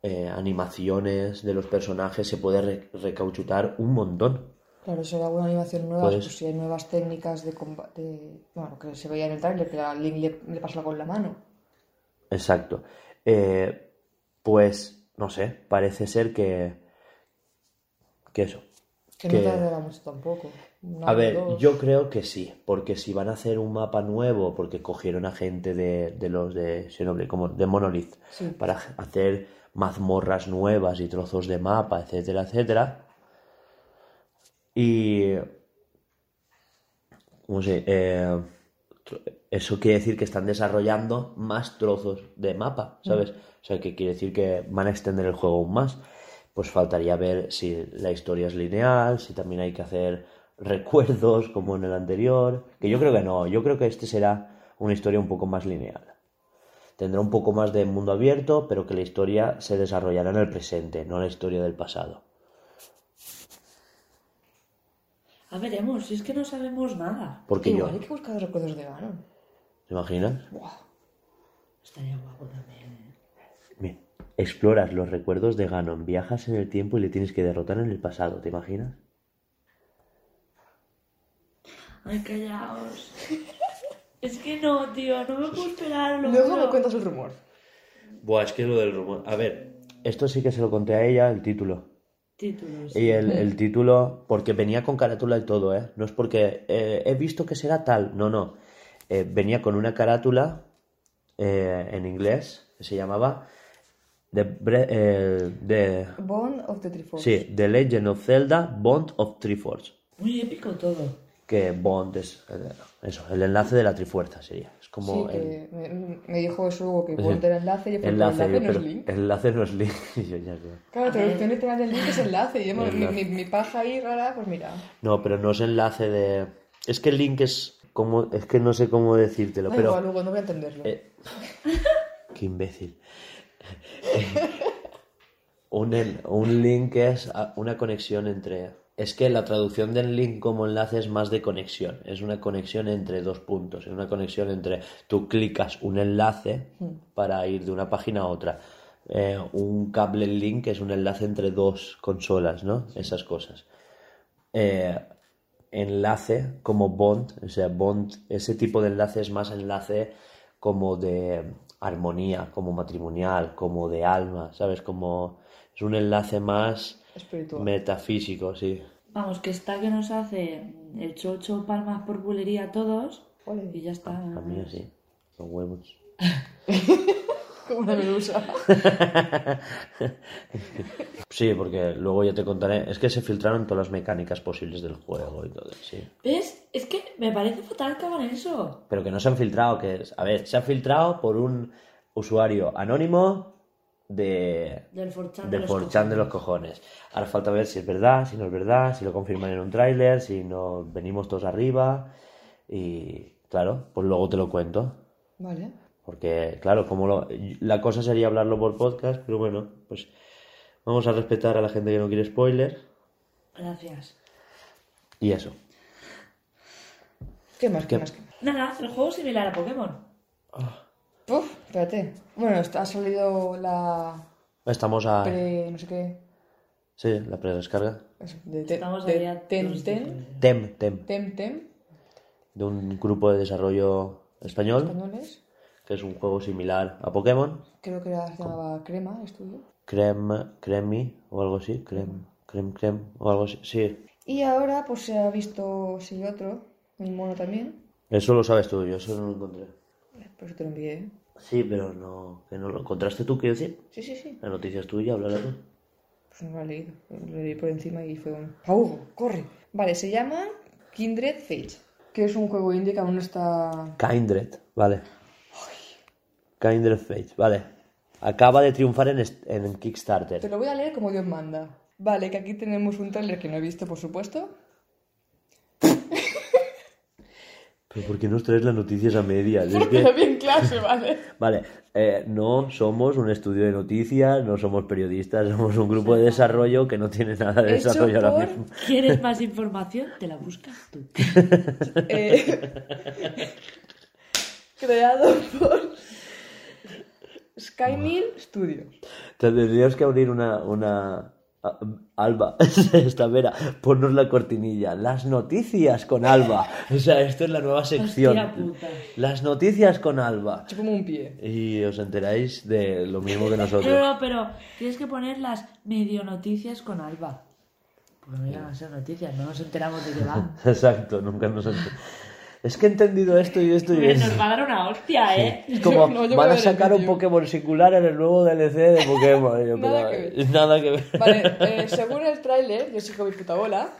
S1: eh, animaciones de los personajes, se puede re- recauchutar un montón.
S2: Claro, será alguna animación nueva,
S1: Pues-
S2: pues si hay nuevas técnicas de combate. Bueno, que se veía en el trailer, que a Link le, le pasó algo en la mano.
S1: Exacto. Eh, pues, no sé, parece ser que... Que eso.
S2: Que
S1: Que-
S2: no tardará mucho tampoco. Un
S1: A
S2: año,
S1: ver,
S2: dos.
S1: yo creo que sí, porque si van a hacer un mapa nuevo, porque cogieron a gente de, de los de Xenoblade, como de Monolith,
S2: Sí.
S1: para hacer mazmorras nuevas y trozos de mapa, etcétera, etcétera. Y... ¿Cómo se? eh, tro- eso quiere decir que están desarrollando más trozos de mapa, ¿sabes? O sea, que quiere decir que van a extender el juego aún más. Pues faltaría ver si la historia es lineal, si también hay que hacer recuerdos como en el anterior. Que yo creo que no, yo creo que este será una historia un poco más lineal. Tendrá un poco más de mundo abierto, pero que la historia se desarrollará en el presente, no la historia del pasado.
S3: A veremos, si es que no sabemos nada.
S1: Porque
S2: Igual
S1: yo,
S2: hay que buscar recuerdos de Ganon.
S1: ¿te imaginas?
S2: Buah.
S3: Estaría guapo también, ¿eh?
S1: Bien. Exploras los recuerdos de Ganon, viajas en el tiempo y le tienes que derrotar en el pasado, ¿te imaginas?
S3: Ay, callaos. es que no, tío, no me puedo esperar, lo
S2: Luego
S3: juro.
S2: me cuentas el rumor.
S1: Buah, es que lo del rumor. A ver, esto sí que se lo conté a ella, el título.
S3: Títulos.
S1: Y el, el título, porque venía con carátula y todo, ¿eh? No es porque eh, he visto que será tal, no, no. Eh, venía con una carátula eh, en inglés que se llamaba The, Bre- eh, The-
S2: Bond of the Triforce.
S1: sí, The Legend of Zelda Bond of Triforce.
S3: Muy épico todo.
S1: que Bond es eh, eso, el enlace de la Trifuerza sería. Es
S2: Sí,
S1: como el
S2: que me, me dijo eso Hugo, que Bond era enlace y yo fui
S1: enlace,
S2: enlace
S1: yo,
S2: no es
S1: pero
S2: Link.
S1: enlace no es Link. Y yo ya creo.
S2: Claro, traducción literal del Link es enlace. Y yo, mi,
S1: Enlace.
S2: mi, mi paja ahí rara, pues mira.
S1: No, pero no es enlace de. Es que Link es cómo, es que no sé cómo decírtelo,
S2: Da
S1: pero...
S2: igual, Hugo, no voy a entenderlo.
S1: Eh, qué imbécil. un, en- un link es a- una conexión entre... Es que la traducción del link como enlace es más de conexión. Es una conexión entre dos puntos. Es una conexión entre tú clicas un enlace para ir de una página a otra. Eh, un cable link es un enlace entre dos consolas, ¿no? Esas cosas eh, enlace como bond, o sea, bond, ese tipo de enlace es más enlace como de armonía, como matrimonial, como de alma, ¿sabes? Como es un enlace más
S2: Espiritual.
S1: metafísico, sí.
S3: Vamos, que está que nos hace el chocho palmas por bulería a todos.
S2: Ole.
S3: Y ya está.
S1: A mí Ah, sí, los huevos.
S2: Como una medusa.
S1: Sí, porque luego ya te contaré, es que se filtraron todas las mecánicas posibles del juego y todo, sí.
S3: ¿Ves? Es que me parece fatal que hagan eso.
S1: Pero que no se han filtrado, que, es- a ver, se ha filtrado por un usuario anónimo de
S3: Del forchan
S1: de forchan de los cojones. Ahora falta ver si es verdad, si no es verdad, si lo confirman en un tráiler, si nos venimos todos arriba. Y claro, pues luego te lo cuento.
S2: Vale.
S1: Porque, claro, como lo- la cosa sería hablarlo por podcast, pero bueno, pues vamos a respetar a la gente que no quiere spoilers.
S3: Gracias.
S1: Y eso.
S2: ¿Qué más? ¿Qué,
S1: ¿Qué?
S2: más? ¿Qué más?
S3: Nada, el juego es similar a Pokémon.
S2: Uf, espérate. Bueno, está- ha salido la.
S1: Estamos a.
S2: pre- no sé qué.
S1: Sí, la predescarga.
S2: eso, de, te-
S3: Estamos
S2: de
S3: ahí a
S2: Tem
S3: dos
S2: Tem.
S3: días.
S1: Tem, Tem.
S2: Tem Tem.
S1: De un grupo de desarrollo español,
S2: Españoles.
S1: que es un juego similar a Pokémon.
S2: Creo que era, se llamaba Crema, el estudio.
S1: Creme, Cremi o algo así, Creme, Creme, Creme o algo así, sí.
S2: Y ahora, pues se ha visto, sí, otro. Mi mono también.
S1: Eso lo sabes tú, yo eso no lo encontré.
S2: Por eso te lo envié. ¿eh?
S1: Sí, pero no, que no lo encontraste tú, quiero decir.
S2: Sí, sí, sí.
S1: La noticia es tuya, hablará tú.
S2: Pues no lo he leído. Lo leí por encima y fue un... ¡Ah, Hugo, corre! Vale, se llama Kindred Fate, que es un juego indie que aún no está...
S1: Kindred, vale. Kindred Fate, vale. Acaba de triunfar en, est- en Kickstarter.
S2: Te lo voy a leer como Dios manda. Vale, que aquí tenemos un tráiler que no he visto, por supuesto.
S1: Pero ¿por qué nos traes las noticias a medias? Es
S2: Porque
S1: que-
S2: lo vi en clase, ¿vale?
S1: Vale, eh, no somos un estudio de noticias, no somos periodistas, somos un grupo de desarrollo que no tiene nada de
S2: Hecho
S1: desarrollo ahora
S2: por-
S1: mismo.
S3: ¿Quieres más información? Te la buscas tú.
S2: Eh, Creado por... Skymill Studios.
S1: Te tendrías que abrir una, una... a- Alba, esta vera, ponnos la cortinilla. Las noticias con Alba. O sea, esto es la nueva sección.
S3: Hostia puta.
S1: Las noticias con Alba.
S2: Yo como un pie.
S1: Y os enteráis de lo mismo que
S3: No,
S1: nosotros.
S3: no, pero tienes que poner las medio noticias con Alba. Porque no llegan a ser noticias, no nos enteramos de qué van.
S1: Exacto, nunca nos enter- Es que he entendido esto y esto y
S3: Hombre,
S1: esto.
S3: Nos va a dar una hostia, ¿eh?
S1: Es como,
S2: No, yo
S1: van
S2: creo
S1: a
S2: que
S1: sacar un
S2: vídeo.
S1: Pokémon singular en el nuevo DLC de Pokémon. Y yo, pero-
S2: Nada que ver.
S1: Nada que ver.
S2: Vale, eh, según el tráiler, yo sigo mi puta bola.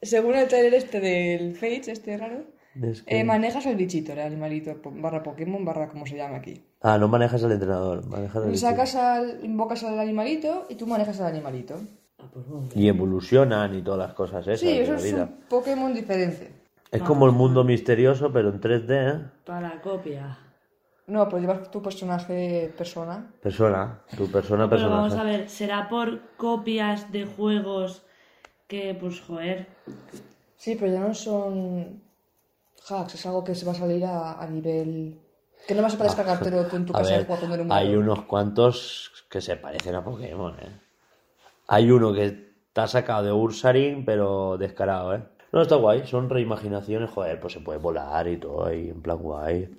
S2: Según el tráiler este del Fates, este raro,
S1: Es que-
S2: eh, manejas al bichito, el animalito, po- barra Pokémon, barra como se llama aquí.
S1: Ah, no manejas al entrenador. Manejas al
S2: Sacas al, invocas al animalito y tú manejas al animalito.
S3: Ah, pues bueno.
S1: Y evolucionan y todas las cosas esas
S2: Sí,
S1: de
S2: eso
S1: la
S2: es
S1: vida.
S2: un Pokémon diferente.
S1: Es
S3: Ah.
S1: como el mundo misterioso, pero en 3D, ¿eh?
S3: Toda la copia.
S2: No, pero llevas tu personaje persona.
S1: Persona, tu persona,
S3: Pero
S1: personaje.
S3: vamos a ver, ¿será por copias de juegos que, pues, joder?
S2: Sí, pero ya no son hacks, es algo que se va a salir a, a nivel... Que no vas a poder descargártelo tú en tu
S1: Ah, A
S2: casa
S1: ver,
S2: para poner un
S1: hay
S2: manual.
S1: unos cuantos que se parecen a Pokémon, ¿eh? Hay uno que está sacado de Ursaring, pero descarado, ¿eh? No, está guay, son reimaginaciones, joder, pues se puede volar y todo, y en plan guay.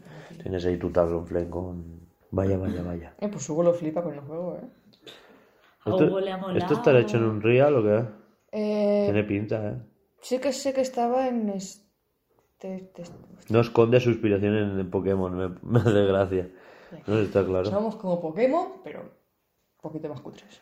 S1: Tienes ahí tu Flame con... Vaya, vaya, vaya.
S2: Eh, pues Hugo lo flipa con el juego, ¿eh?
S3: A Hugo le ha molado.
S1: esto estará hecho en un real o qué?
S2: Eh,
S1: Tiene pinta, ¿eh?
S2: Sí que sé que estaba en este... este-
S1: No esconde su inspiración en el Pokémon, me, me hace gracia. No está claro.
S2: Somos como Pokémon, pero un poquito más cutres.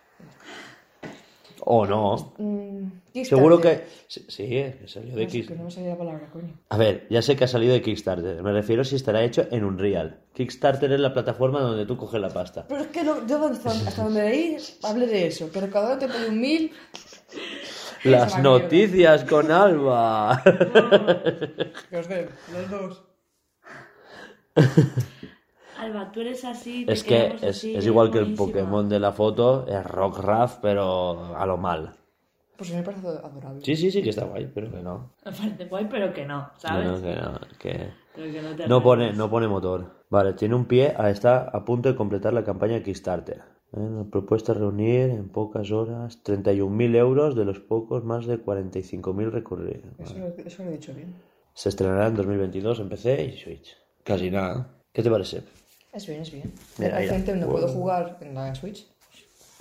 S1: O no.
S2: Mm, Kickstarter.
S1: Seguro que... Sí, sí, eh, que salió de
S2: No sé,
S1: X.
S2: que no me salía la palabra, coño.
S1: A ver, ya sé que ha salido de Kickstarter. Me refiero si estará hecho en Unreal. Kickstarter es la plataforma donde tú coges la pasta.
S2: Pero es que no- yo hasta, hasta donde leí hablé de eso, que recaudaron 31.000
S1: Las
S2: mierda.
S1: noticias con Alba.
S2: Que os den, los dos.
S3: Alba, tú eres así. te
S1: es que
S3: queremos
S1: es,
S3: así,
S1: es
S3: eres
S1: igual que el
S3: buenísima.
S1: Pokémon de la foto, es Rock Raft, pero a lo mal.
S2: Pues me parece adorable.
S1: Sí, sí, sí que está guay, pero que no.
S3: Me parece guay, pero que no,
S1: No,
S3: ¿sabes?
S1: no, que no, que-
S3: Pero que no, te
S1: No
S3: arregles.
S1: pone, no pone motor. Vale, tiene un pie, ah, está a punto de completar la campaña Kickstarter. Eh, La propuesta es reunir en pocas horas 31.000 euros, de los pocos más de 45.000 recurridos.
S2: Eso, lo- eso lo he dicho bien.
S1: Se estrenará en 2022 en PC y Switch. Casi nada. ¿Qué te parece?
S2: Es bien, es bien.
S1: Mira,
S2: Hay
S1: mira.
S2: gente no puedo
S1: Wow.
S2: jugar en la Switch.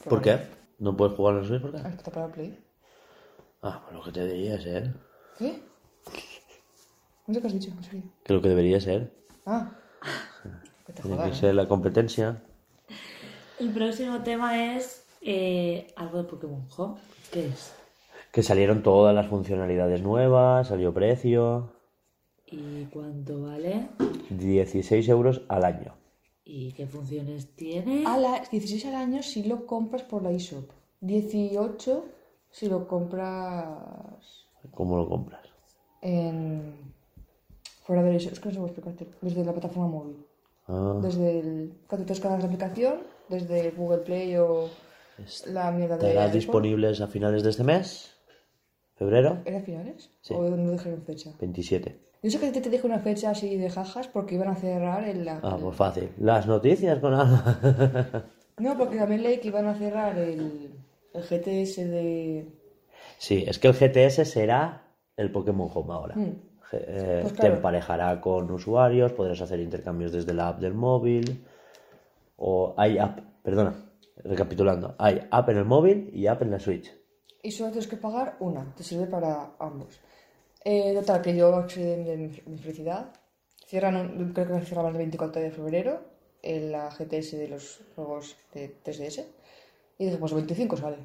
S1: ¿Por qué? ¿No puedes jugar a la Switch? ¿Por qué?
S2: Ah, está para Play.
S1: Ah, pues lo que te debería ser.
S2: ¿Qué? No sé qué has dicho, en serio.
S1: Que lo que debería ser.
S2: Ah. Que te
S1: Tiene
S2: jodan,
S1: que
S2: ¿eh?
S1: ser la competencia.
S3: El próximo tema es eh, algo de Pokémon Home. ¿Qué es?
S1: Que salieron todas las funcionalidades nuevas, salió precio.
S3: ¿Y cuánto vale?
S1: 16 euros al año.
S3: ¿Y qué funciones tiene?
S2: A la 16 al año si lo compras por la eShop. 18 si lo compras
S1: ¿Cómo lo compras?
S2: en... Fuera de la eShop. Es que no sé cómo explicarte. Desde la plataforma móvil.
S1: Ah,
S2: Desde el... Cuando te descargas la aplicación, desde el Google Play o la mierda de...
S1: estará
S2: Apple.
S1: disponibles a finales de este mes. ¿Febrero?
S2: ¿Era finales?
S1: Sí.
S2: ¿O no dejaron fecha?
S1: 27.
S2: Yo sé que te, te dije una fecha así de jajas porque iban a cerrar el... la-
S1: Ah, pues fácil. Las noticias con Alma.
S2: No, porque también leí que iban a cerrar el, el GTS de...
S1: sí, es que el GTS será el Pokémon Home ahora.
S2: Mm.
S1: Je- eh,
S2: Pues
S1: Te
S2: claro.
S1: emparejará con usuarios, podrás hacer intercambios desde la app del móvil. O hay app, perdona, recapitulando. Hay app en el móvil y app en la Switch.
S2: Y solo tienes que pagar una, te sirve para ambos. Eh, total, que yo accedí de mi, mi felicidad. Cierran, un- creo que cerraban el 24 de febrero en la GTS de los juegos de 3DS. Y dije, pues el 25 sale.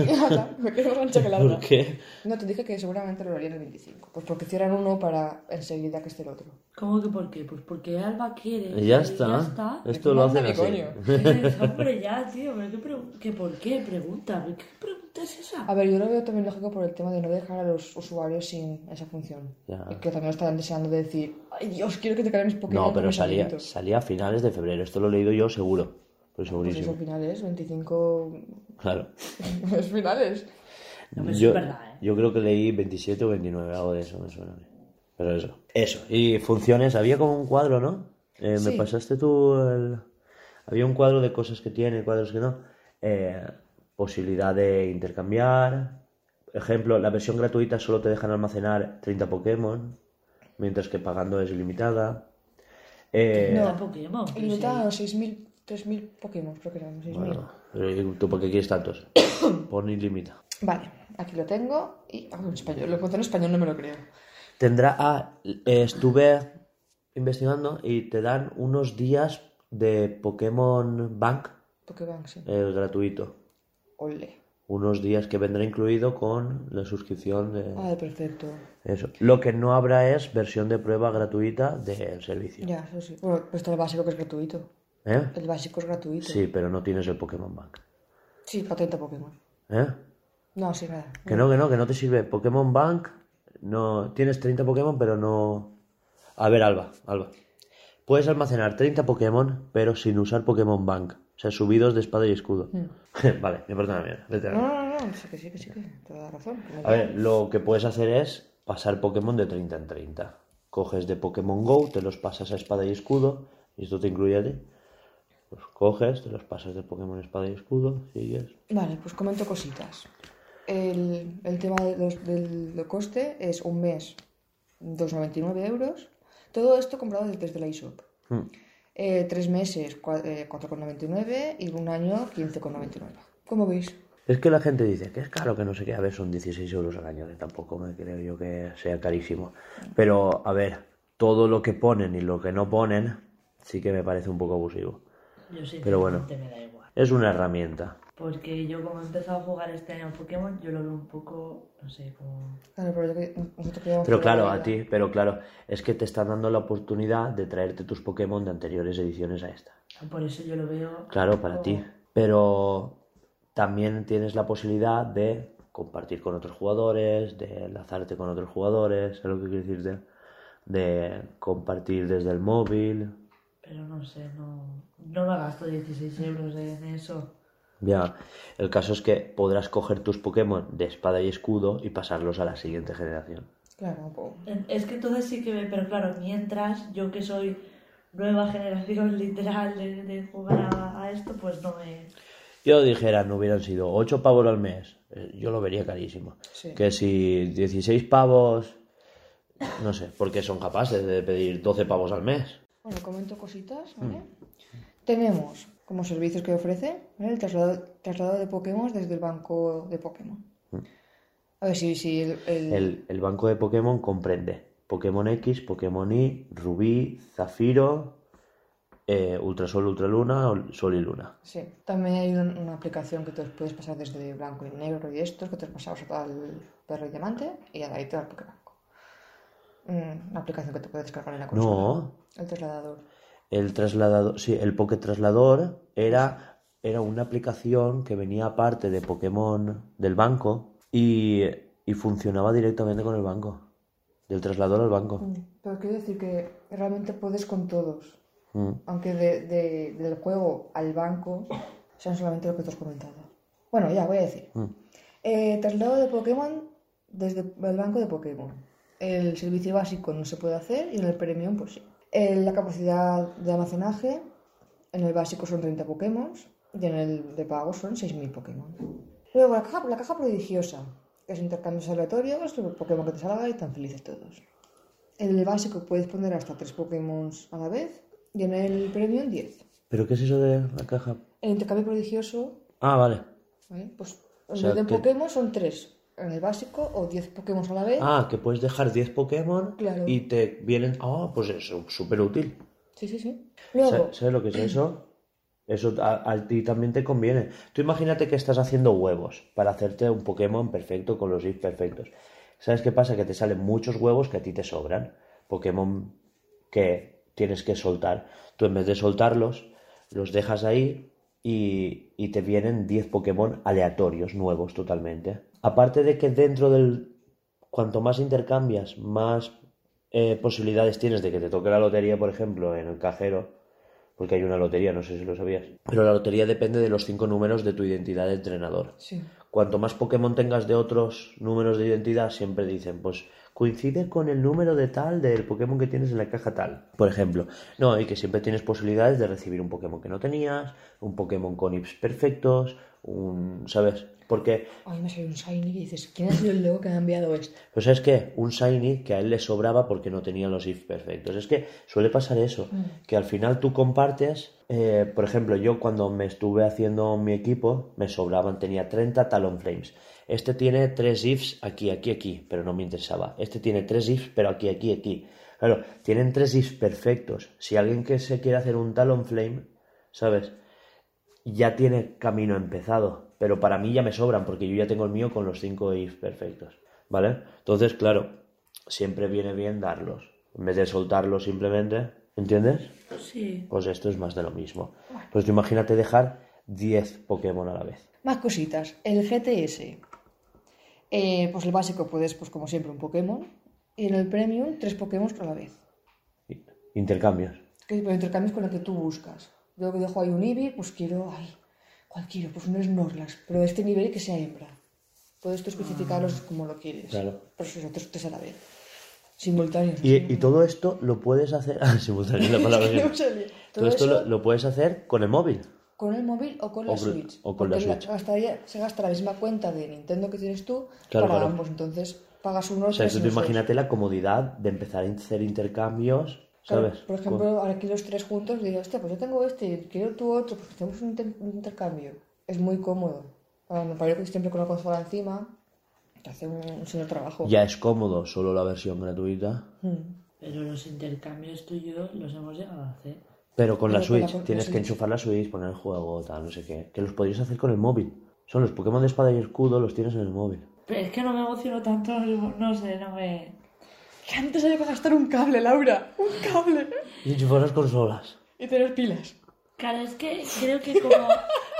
S2: Y ya está, me quedo más ancha que la
S1: ¿Por
S2: otra.
S1: qué?
S2: No, te dije que seguramente lo harían el 25. Pues porque cierran uno para enseguida que esté el otro.
S3: ¿Cómo que por qué? Pues porque Alba quiere.
S1: Ya
S3: ¿sabes?
S1: está.
S3: Ya está.
S1: Esto lo hacen
S2: Mándale,
S1: así.
S2: coño.
S3: Eh, Hombre, ya, tío, pero ¿qué, pregu- que por qué? Pregunta, ¿qué pregunta es esa?
S2: A ver, yo lo veo también lógico por el tema de no dejar a los usuarios sin esa función.
S1: Ya.
S2: Y que también estarán deseando de decir, ay Dios, quiero que te carguen mis Pokémon.
S1: No, pero
S2: porque me
S1: salía,
S2: siento".
S1: salía a finales de febrero. Esto lo he leído yo seguro. Pero
S2: Pues eso
S1: segurísimo.
S2: finales, 25
S1: Claro.
S2: es finales.
S3: No, pero
S1: yo,
S3: es verdad, ¿eh?
S1: yo creo que leí 27 o 29, algo de eso me suena. Pero eso. Eso. Y funciones, había como un cuadro, ¿no? Eh, Me
S2: Sí.
S1: pasaste tú el... Había un cuadro de cosas que tiene, cuadros que no. Eh, posibilidad de intercambiar. Ejemplo, la versión gratuita solo te dejan almacenar 30 Pokémon, mientras que pagando es ilimitada. Eh,
S3: No,
S2: no.
S3: Pokémon. pero
S2: Limitaban 6.000, 3.000 Pokémon, creo que eran 6.000.
S1: Bueno, pero ¿y ¿tú por qué quieres tantos? Pon ilimita.
S2: Vale, aquí lo tengo y hablo en español. Lo encuentro en español, no me lo creo.
S1: Tendrá. Ah, eh, estuve investigando y te dan unos días de Pokémon Bank
S2: Pokémon, sí.
S1: el gratuito.
S2: Ole.
S1: Unos días que vendrá incluido con la suscripción de
S2: Ah, perfecto.
S1: eso. Lo que no habrá es versión de prueba gratuita del servicio.
S2: Ya, eso sí. Bueno, pues esto es el básico que es gratuito.
S1: ¿Eh?
S2: El básico es gratuito.
S1: Sí, pero no tienes el Pokémon Bank.
S2: Sí, para 30 Pokémon.
S1: ¿Eh?
S2: No, sí, nada.
S1: Que no, que no, que no te sirve. Pokémon Bank, no. Tienes 30 Pokémon, pero no. A ver, Alba, Alba. Puedes almacenar 30 Pokémon, pero sin usar Pokémon Bank. O sea, subidos de espada y escudo. vale, me parto una mierda. vete a la
S2: No,
S1: mierda.
S2: no, no, no, sí que sí, que sí, que te da razón. que me
S1: A ver, lo que puedes hacer es pasar Pokémon de 30 en 30. Coges de Pokémon Go, te los pasas a espada y escudo, y esto te incluye a ti. Pues coges, te los pasas de Pokémon espada y escudo, sigues.
S2: Vale, pues comento cositas. El, el tema de los- del, del coste es un mes, 2,99 euros. Todo esto comprado de- desde la eShop.
S1: Hmm.
S2: Eh, tres meses, cua- eh, 4,99 y un año, 15,99. ¿Cómo veis?
S1: Es que la gente dice que es caro, que no sé qué. A ver, son 16 euros al año, que tampoco me creo yo que sea carísimo. Pero, a ver, todo lo que ponen y lo que no ponen sí que me parece un poco abusivo.
S3: sí, yo
S1: pero bueno.
S3: sinceramente me da igual.
S1: Es una herramienta.
S3: Porque yo como he empezado a jugar este año en Pokémon, yo lo veo un poco, no sé, como...
S2: Claro, pero yo que- nosotros queríamos
S1: Pero
S2: probar
S1: claro,
S2: la-
S1: a ti, pero claro, es que te están dando la oportunidad de traerte tus Pokémon de anteriores ediciones a esta.
S3: Por eso yo lo veo...
S1: Claro, para ti. Pero también tienes la posibilidad de compartir con otros jugadores, de enlazarte con otros jugadores, ¿sabes lo que quiero decirte? De compartir desde el móvil.
S3: Pero no sé, no, no me gasto 16 euros en eso.
S1: Ya, el caso es que podrás coger tus Pokémon de espada y escudo y pasarlos a la siguiente generación.
S2: Claro, po.
S3: En- Es que entonces sí que me... Pero claro, mientras yo que soy nueva generación literal de, de jugar a, a esto, pues no me...
S1: Yo dijera, no hubieran sido 8 pavos al mes, eh, yo lo vería carísimo.
S2: Sí.
S1: Que si 16 pavos, no sé, porque son capaces de pedir 12 pavos al mes.
S2: Bueno, comento cositas, ¿vale? Tenemos como servicios que ofrece ¿vale? el traslado, traslado de Pokémon desde el banco de Pokémon. A ver si, si el, el-
S1: El, el banco de Pokémon comprende Pokémon X, Pokémon Y, Rubí, Zafiro, eh, Ultrasol, Ultraluna, Ol- Sol y Luna.
S2: Sí, también hay un- una aplicación que te los puedes pasar desde blanco y negro y estos que te los pasamos al perro y diamante y a ahí te da Pokébanco. Mm, Una aplicación que te puedes descargar en la consola.
S1: No.
S2: El trasladador.
S1: El trasladador, sí, el Poké Traslador era, era una aplicación que venía aparte de Pokémon del banco y, y funcionaba directamente con el banco. Del trasladador al banco.
S2: Mm, Pero quiero decir que realmente puedes con todos.
S1: Mm.
S2: Aunque de, de- del juego al banco sean solamente lo que te has comentado. Bueno, ya voy a decir.
S1: Mm.
S2: Eh, traslado de Pokémon desde el banco de Pokémon. El servicio básico no se puede hacer y en el premium pues sí. Eh, la capacidad de almacenaje en el básico son 30 Pokémon y en el de pago son 6.000 Pokémon. Luego la caja, la caja prodigiosa, que es intercambios aleatorios, el Pokémon que te salga y están felices todos. En el básico puedes poner hasta 3 Pokémon a la vez y en el premium 10.
S1: ¿Pero qué es eso de la caja?
S2: El intercambio prodigioso
S1: Ah, vale.
S2: ¿Vale? Pues
S1: O
S2: el
S1: sea,
S2: de
S1: que-
S2: Pokémon son tres en el básico o 10 Pokémon a la vez.
S1: Ah, que puedes dejar 10 Pokémon
S2: Claro.
S1: y te vienen... Ah, pues es súper útil.
S2: Sí, sí, sí.
S1: Sa-
S2: Luego,
S1: ¿Sabes lo que es eso? Eso a, a ti también te conviene. Tú imagínate que estás haciendo huevos para hacerte un Pokémon perfecto con los imperfectos. ¿Sabes qué pasa? Que te salen muchos huevos que a ti te sobran. Pokémon que tienes que soltar. Tú en vez de soltarlos, los dejas ahí y, y te vienen 10 Pokémon aleatorios, nuevos totalmente. Aparte de que dentro del... Cuanto más intercambias, más eh, posibilidades tienes de que te toque la lotería, por ejemplo, en el cajero, porque hay una lotería, no sé si lo sabías. Pero la lotería depende de los cinco números de tu identidad de entrenador.
S2: sí.
S1: Cuanto más Pokémon tengas de otros números de identidad, siempre dicen, pues coincide con el número de tal del Pokémon que tienes en la caja tal, por ejemplo. No, y que siempre tienes posibilidades de recibir un Pokémon que no tenías, un Pokémon con IPs perfectos, un... ¿sabes? Porque
S2: Ay, me salió un Shiny y dices, ¿quién ha sido el loco que ha enviado esto?
S1: Pues es que un Shiny que a él le sobraba porque no tenía los if perfectos. Es que suele pasar eso, que al final tú compartes, eh, por ejemplo, yo cuando me estuve haciendo mi equipo, me sobraban, tenía 30 Talonflames. Este tiene tres ifs aquí, aquí, aquí, pero no me interesaba. Este tiene tres ifs, pero aquí, aquí, aquí. Claro, tienen tres ifs perfectos. Si alguien que se quiere hacer un Talonflame, ¿sabes? Ya tiene camino empezado, pero para mí ya me sobran porque yo ya tengo el mío con los cinco if perfectos, ¿vale? Entonces, claro, siempre viene bien darlos, en vez de soltarlos simplemente, ¿entiendes?
S3: Sí.
S1: Pues esto es más de lo mismo. Pues tú imagínate dejar 10 Pokémon a la vez.
S2: Más cositas. El GTS. Eh, pues el básico puedes, pues como siempre, un Pokémon. Y en el premium, tres Pokémon a la vez.
S1: Intercambios.
S2: Que pero intercambios con lo que tú buscas. Yo que dejo ahí un Eevee, pues quiero, ay, ¿cuál quiero? Pues un Snorlax, pero de este nivel que sea hembra. Puedes tú especificarlos como lo quieres.
S1: Ah. Claro.
S2: Pero si son tres, tres a la vez. Simultáneos.
S1: Y,
S2: así.
S1: y todo esto lo puedes hacer... Ah, simultáneo es la palabra que-
S2: No sabía.
S1: Todo esto lo, lo puedes hacer con el móvil.
S2: con el móvil o con la
S1: o con-
S2: Switch.
S1: o con la
S2: porque
S1: Switch.
S2: gastaría- se gasta la misma cuenta de Nintendo que tienes tú
S1: Claro,
S2: para
S1: claro.
S2: ambos. Entonces pagas uno
S1: O sea,
S2: tres
S1: tú
S2: y
S1: te
S2: unos dos.
S1: imagínate la comodidad de empezar a hacer intercambios,
S2: Claro,
S1: ¿sabes?
S2: Por ejemplo, ahora aquí los tres juntos digo, hostia, pues yo tengo este y quiero tú otro, pues tenemos un, inter- un intercambio. Es muy cómodo. Ahora, me parece que siempre con la consola encima te hace un, un señor trabajo.
S1: Ya es cómodo solo la versión gratuita.
S2: Mm.
S3: Pero los intercambios tú y yo los hemos llegado a hacer.
S1: Pero con la
S2: Pero con la
S1: Switch,
S2: con-
S1: tienes
S2: la
S1: que
S2: Switch.
S1: enchufar la Switch, poner el juego, tal, no sé qué. Que los podrías hacer con el móvil. Son los Pokémon de espada y escudo, los tienes en el móvil.
S3: Pero es que no me emociono tanto, no sé, no me...
S2: Que antes había que gastar un cable, Laura. Un cable.
S1: Y enchufar las consolas.
S2: Y tener pilas.
S3: Claro, es que creo que como...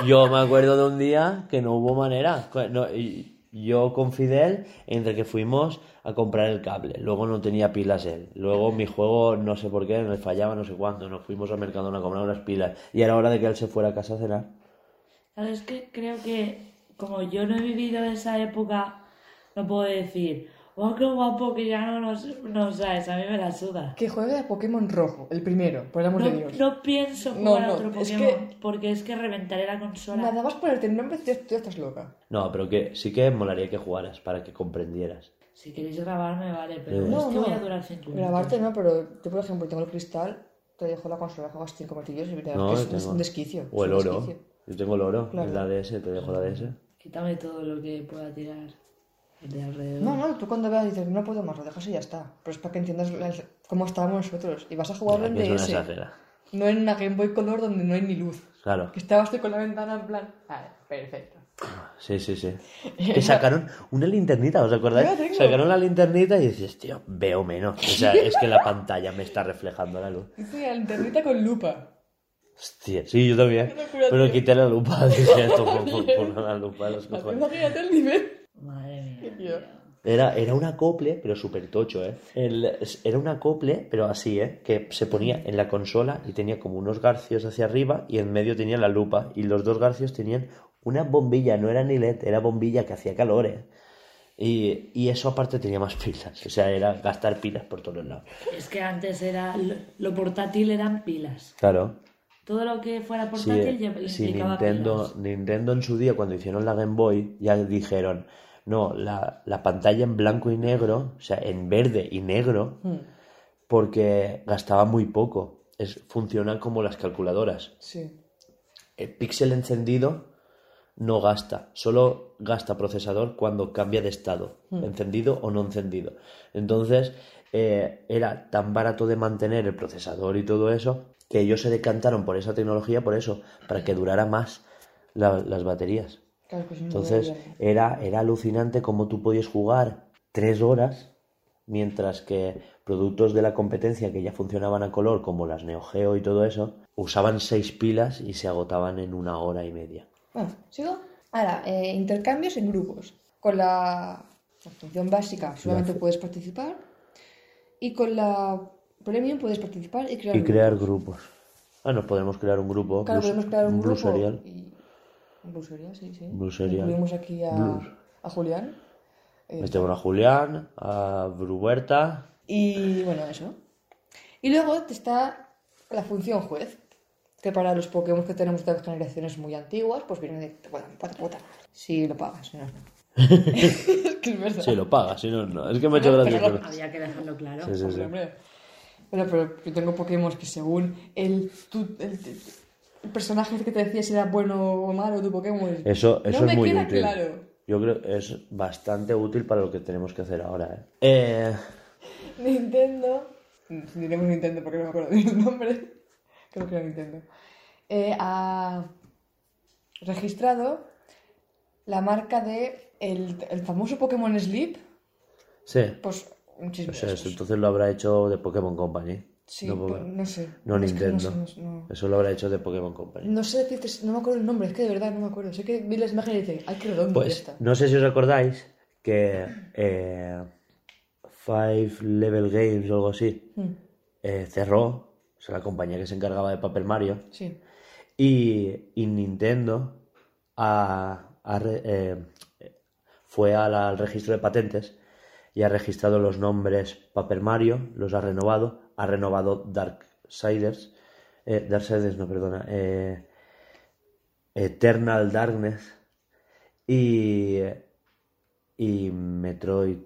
S1: Yo me acuerdo de un día que no hubo manera. No, y Yo con Fidel, entre que fuimos a comprar el cable, luego no tenía pilas él, luego mi juego no sé por qué, me fallaba no sé cuándo, nos fuimos al Mercadona a comprar unas pilas y era hora de que él se fuera a casa a cenar.
S3: ¿Sabes que Creo que como yo no he vivido esa época, no puedo decir, oh, qué guapo que ya no nos, nos sabes, a mí me la suda.
S2: Que juegue a Pokémon rojo, el primero, por el amor
S3: No,
S2: de Dios.
S3: no pienso
S2: No,
S3: jugar
S2: no,
S3: a otro
S2: es
S3: Pokémon, porque es que reventaré la consola.
S2: Nada más ponerte el nombre, tú ya, tú ya estás loca.
S1: No, pero que sí que molaría que jugaras para que comprendieras.
S3: Si queréis grabarme, vale, pero
S1: No,
S3: es que voy a durar 5 minutos.
S2: Grabarte no, pero yo, por ejemplo, tengo el cristal, te dejo la consola, juegas 5 minutillos y mira,
S1: No,
S2: que es,
S1: yo tengo-
S2: es un desquicio.
S1: O
S2: es
S1: el
S2: un
S1: oro.
S2: desquicio.
S1: Yo tengo el oro,
S2: Claro.
S1: es la DS, te dejo la DS.
S3: Quítame todo lo que pueda tirar de alrededor.
S1: Mm.
S2: No, no, tú cuando veas dices, no puedo más, lo dejas y ya está. Pero es para que entiendas la- cómo estábamos nosotros. Y vas a jugarlo en
S1: Aquí es una
S2: DS,
S1: exagera.
S2: no en una Game Boy Color donde no hay ni luz.
S1: Claro,
S2: Que estabas tú con la ventana en plan, vale, perfecto.
S1: sí, sí, sí. Que sacaron una linternita, ¿os acordáis?
S2: Yo la tengo.
S1: Sacaron la linternita y dices, tío, veo menos. O sea, es que la pantalla me está reflejando la luz.
S2: Dice la linternita con lupa.
S1: Hostia, sí, yo también.
S2: Qué locura,
S1: Pero
S2: tío.
S1: quité la lupa, dije, esto fue por culo la lupa, los cojones.
S2: Imagínate el nivel.
S3: Madre mía.
S2: Tío.
S1: Era, era un acople, pero súper tocho, ¿eh? El- era un acople, pero así, ¿eh? Que se ponía en la consola y tenía como unos garcios hacia arriba y en medio tenía la lupa. Y los dos garcios tenían una bombilla, no era ni LED, era bombilla que hacía calor, ¿eh? Y, y eso aparte tenía más pilas. O sea, era gastar pilas por todos lados.
S3: Es que antes era lo, lo portátil eran pilas.
S1: Claro.
S3: Todo lo que fuera
S1: Sí,
S3: portátil ya
S1: sí,
S3: implicaba
S1: Nintendo,
S3: pilas.
S1: Nintendo en su día, cuando hicieron la Game Boy, ya dijeron, no, la, la pantalla en blanco y negro, o sea, en verde y negro,
S3: Hmm.
S1: porque gastaba muy poco. Es, funciona como las calculadoras.
S2: Sí.
S1: El píxel encendido no gasta, solo gasta procesador cuando cambia de estado, encendido o no encendido. Entonces, eh, era tan barato de mantener el procesador y todo eso que ellos se decantaron por esa tecnología, por eso, para que durara más la- las baterías.
S2: Claro, pues
S1: Entonces era, era alucinante cómo tú podías jugar tres horas, mientras que productos de la competencia que ya funcionaban a color, como las Neo Geo y todo eso, usaban seis pilas y se agotaban en una hora y media.
S2: Bueno, ¿sigo? Ahora, eh, intercambios en grupos. Con la, la función básica solamente
S1: fu-
S2: puedes participar. Y con la premium puedes participar y crear.
S1: Y
S2: grupos.
S1: crear grupos. Ah, nos podemos crear un grupo.
S2: Claro,
S1: Blues-
S2: podemos crear un
S1: Blues
S2: grupo.
S1: Serial.
S2: y- Un Blue Serial, sí, sí.
S1: Blue Serial.
S2: Incluimos aquí a,
S1: Blues.
S2: a Julián. Eh,
S1: Metemos a Julián, a Bruberta.
S2: Y bueno, eso. Y luego te está la función juez, que para los Pokémon que tenemos de generaciones muy antiguas, pues viene de te puta, puta, puta. Si lo pagas, si no, no. es que es verdad.
S1: Se lo paga, si no, no. Es que me ha hecho
S2: Pero-
S1: gracia.
S2: pero-
S1: que-
S3: Había que dejarlo claro.
S1: Sí, sí, sí.
S2: Hombre. Bueno, pero yo tengo Pokémon que según el, tu- el, el personaje que te decías era bueno o malo tu Pokémon.
S1: Eso,
S2: no
S1: eso
S2: me
S1: es muy
S2: queda
S1: útil.
S2: claro.
S1: Yo creo que es bastante útil para lo que tenemos que hacer ahora. ¿eh? eh
S2: Nintendo. Diremos Nintendo porque no me acuerdo bien el nombre. Creo que era Nintendo. Eh, ha registrado la marca de el, el famoso Pokémon Sleep.
S1: sí.
S2: Pues un chisme.
S1: O sea,
S2: de
S1: eso
S2: esos.
S1: entonces lo habrá hecho de Pokémon Company.
S2: pues. sí,
S1: no,
S2: pues,
S1: Poké-
S2: no sé.
S1: no
S2: Es que
S1: Nintendo.
S2: No, sé, no, no-
S1: Eso lo habrá hecho de Pokémon Company.
S2: no sé decirte- no me acuerdo el nombre, es que de verdad no me acuerdo. Sé que vi las imágenes y dije, ay, qué redondo ya
S1: Pues
S2: está.
S1: no sé si os acordáis que eh, Five Level Games o algo así
S2: Mm,
S1: eh, cerró, o sea, la compañía que se encargaba de Paper Mario,
S2: Sí.
S1: y, y Nintendo ha- ha re- eh, fue a la- al registro de patentes y ha registrado los nombres Paper Mario, los ha renovado, ha renovado Darksiders, eh, Darksiders no, perdona, eh, Eternal Darkness y, y Metroid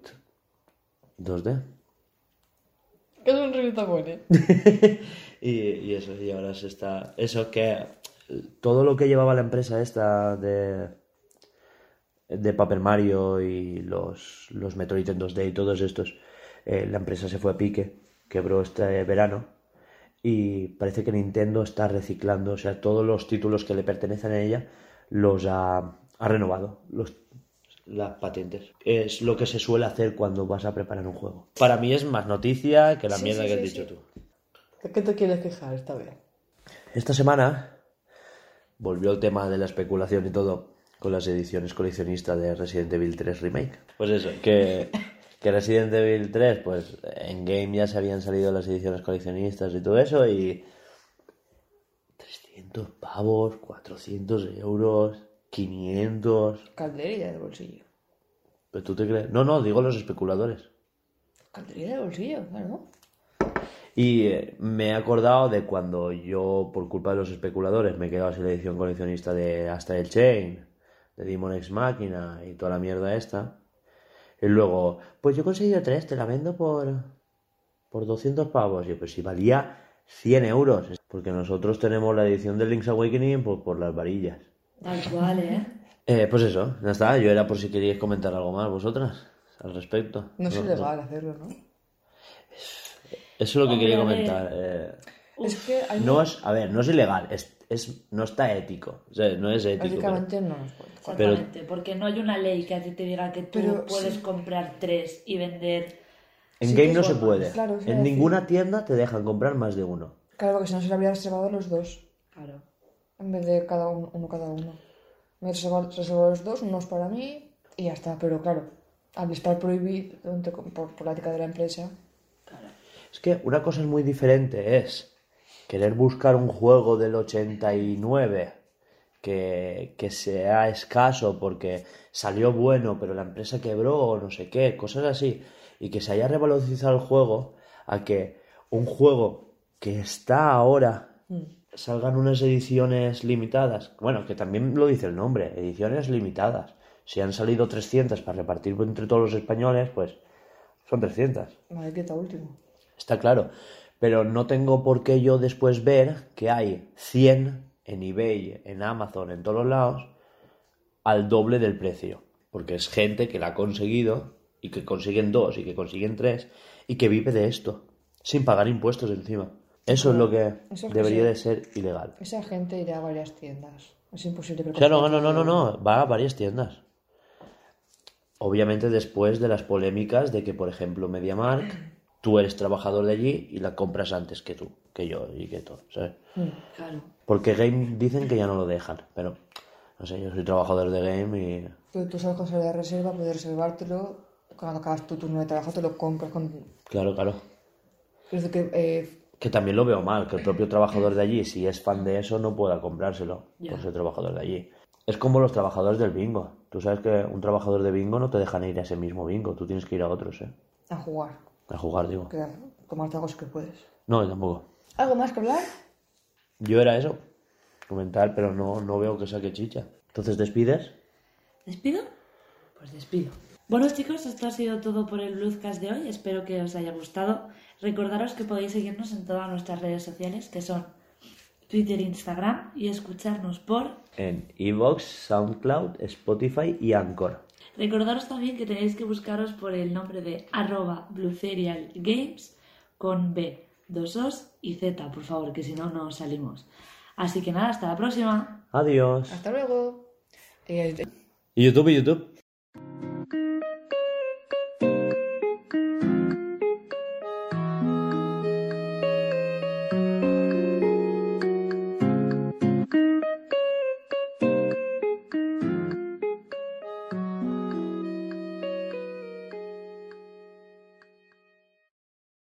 S1: 2D.
S2: Que es un río tan bueno, ¿eh?
S1: Y, y eso, y ahora se está. Eso que todo lo que llevaba la empresa esta de. de Paper Mario y los, los Metroid en 2D y todos estos, eh, la empresa se fue a pique, quebró este verano. Y parece que Nintendo está reciclando, o sea, todos los títulos que le pertenecen a ella los ha, ha renovado, los, las patentes. Es lo que se suele hacer cuando vas a preparar un juego. Para mí es más noticia que la
S2: Sí,
S1: mierda
S2: sí,
S1: que has
S2: sí,
S1: dicho
S2: sí.
S1: tú.
S2: ¿De qué te quieres quejar esta vez?
S1: Esta semana volvió el tema de la especulación y todo. con las ediciones coleccionistas de Resident Evil 3 Remake. Pues eso, que, que Resident Evil 3, pues en game ya se habían salido las ediciones coleccionistas y todo eso, y 300 pavos, 400 euros, 500.
S2: Calderilla de bolsillo.
S1: ¿Pero tú te crees? No, no, digo los especuladores.
S2: Calderilla de bolsillo, claro.
S1: Y eh, me he acordado de cuando yo, por culpa de los especuladores, me quedaba sin la edición coleccionista de Hasta el Chain, de Demon X Máquina y toda la mierda esta. Y luego, pues yo he conseguido tres, te la vendo por, por 200 pavos. Y yo, pues si valía 100 euros. Porque nosotros tenemos la edición de Link's Awakening pues, por las varillas.
S3: Tal cual, ¿eh?
S1: Eh, pues eso, ya está. Yo era por si queríais comentar algo más vosotras al respecto.
S2: No es ilegal hacerlo, ¿no?
S1: Eso es lo que
S3: Hombre,
S1: quería
S3: a ver.
S1: comentar. eh.
S2: es que hay
S1: no es, a ver, no es ilegal, es, es- no está ético. O sea, no es ético. pero-
S2: Básicamente no nos puede.
S1: Pero-
S3: Exactamente, porque no hay una ley que a ti te diga que tú
S2: Pero
S3: puedes
S2: sí.
S3: comprar tres y vender.
S1: En
S2: Sí,
S1: game
S2: que
S1: no
S2: es
S1: se
S2: guapa,
S1: puede.
S2: claro, eso iba
S1: en
S2: a decir.
S1: ninguna tienda te dejan comprar más de uno.
S2: Claro, porque si no se le habría reservado a los dos.
S3: Claro.
S2: En vez de cada uno, uno cada uno. Me reservo, reservo los dos, unos para mí y ya está. Pero claro, al estar prohibido entre com- por, por la ética de la empresa,
S1: Es que una cosa es muy diferente es querer buscar un juego del 89 que, que sea escaso porque salió bueno pero la empresa quebró o no sé qué, cosas así, y que se haya revalorizado el juego a que un juego que está ahora salgan unas ediciones limitadas. Bueno, que también lo dice el nombre, ediciones limitadas. Si han salido 300 para repartir entre todos los españoles, pues son 300.
S2: me quieta último.
S1: Está claro. Pero no tengo por qué yo después ver que hay 100 en eBay, en Amazon, en todos los lados, al doble del precio. Porque es gente que la ha conseguido y que consiguen dos y que consiguen tres y que vive de esto, sin pagar impuestos encima. Eso es lo que
S2: Eso es que
S1: debería
S2: sí.
S1: de ser ilegal.
S2: Esa gente irá a varias tiendas. Es imposible que lo
S1: Claro, no,
S2: consiga
S1: no, no, no,
S2: todo.
S1: no, va a varias tiendas. Obviamente después de las polémicas de que, por ejemplo, MediaMark, tú eres trabajador de allí y la compras antes que tú, que yo y que todo, ¿sabes?
S3: Claro.
S1: Porque Game dicen que ya no lo dejan, pero no sé, yo soy trabajador de Game y
S2: Pero tú sabes que se le reserva, puedes reservártelo. Cuando acabas tu turno de trabajo te lo compras. Con... Quiero
S1: claro, claro.
S2: decir que eh,
S1: Que también lo veo mal, que el propio trabajador de allí, si es fan de eso, no pueda comprárselo
S3: Ya.
S1: por ser trabajador de allí. Es como los trabajadores del bingo. Tú sabes que un trabajador de bingo no te dejan ir a ese mismo bingo, tú tienes que ir a otros, ¿eh?
S2: a jugar,
S1: A jugar, digo.
S2: que a tomarte algo si que puedes.
S1: No, yo tampoco.
S2: ¿Algo más que hablar?
S1: Yo era eso, comentar, pero no, no veo que saque chicha. Entonces despides.
S3: ¿Despido? Pues despido. Bueno chicos, esto ha sido todo por el Luzcast de hoy. Espero que os haya gustado. Recordaros que podéis seguirnos en todas nuestras redes sociales, que son Twitter, e Instagram, y escucharnos por...
S1: En Evox, SoundCloud, Spotify y Anchor.
S3: Recordaros también que tenéis que buscaros por el nombre de arroba blucerialgames con B, dos Os y Z, por favor, que si no, no os salimos. Así que nada, hasta la próxima.
S1: Adiós.
S2: Hasta luego. Eh,
S1: ¿Y YouTube, YouTube?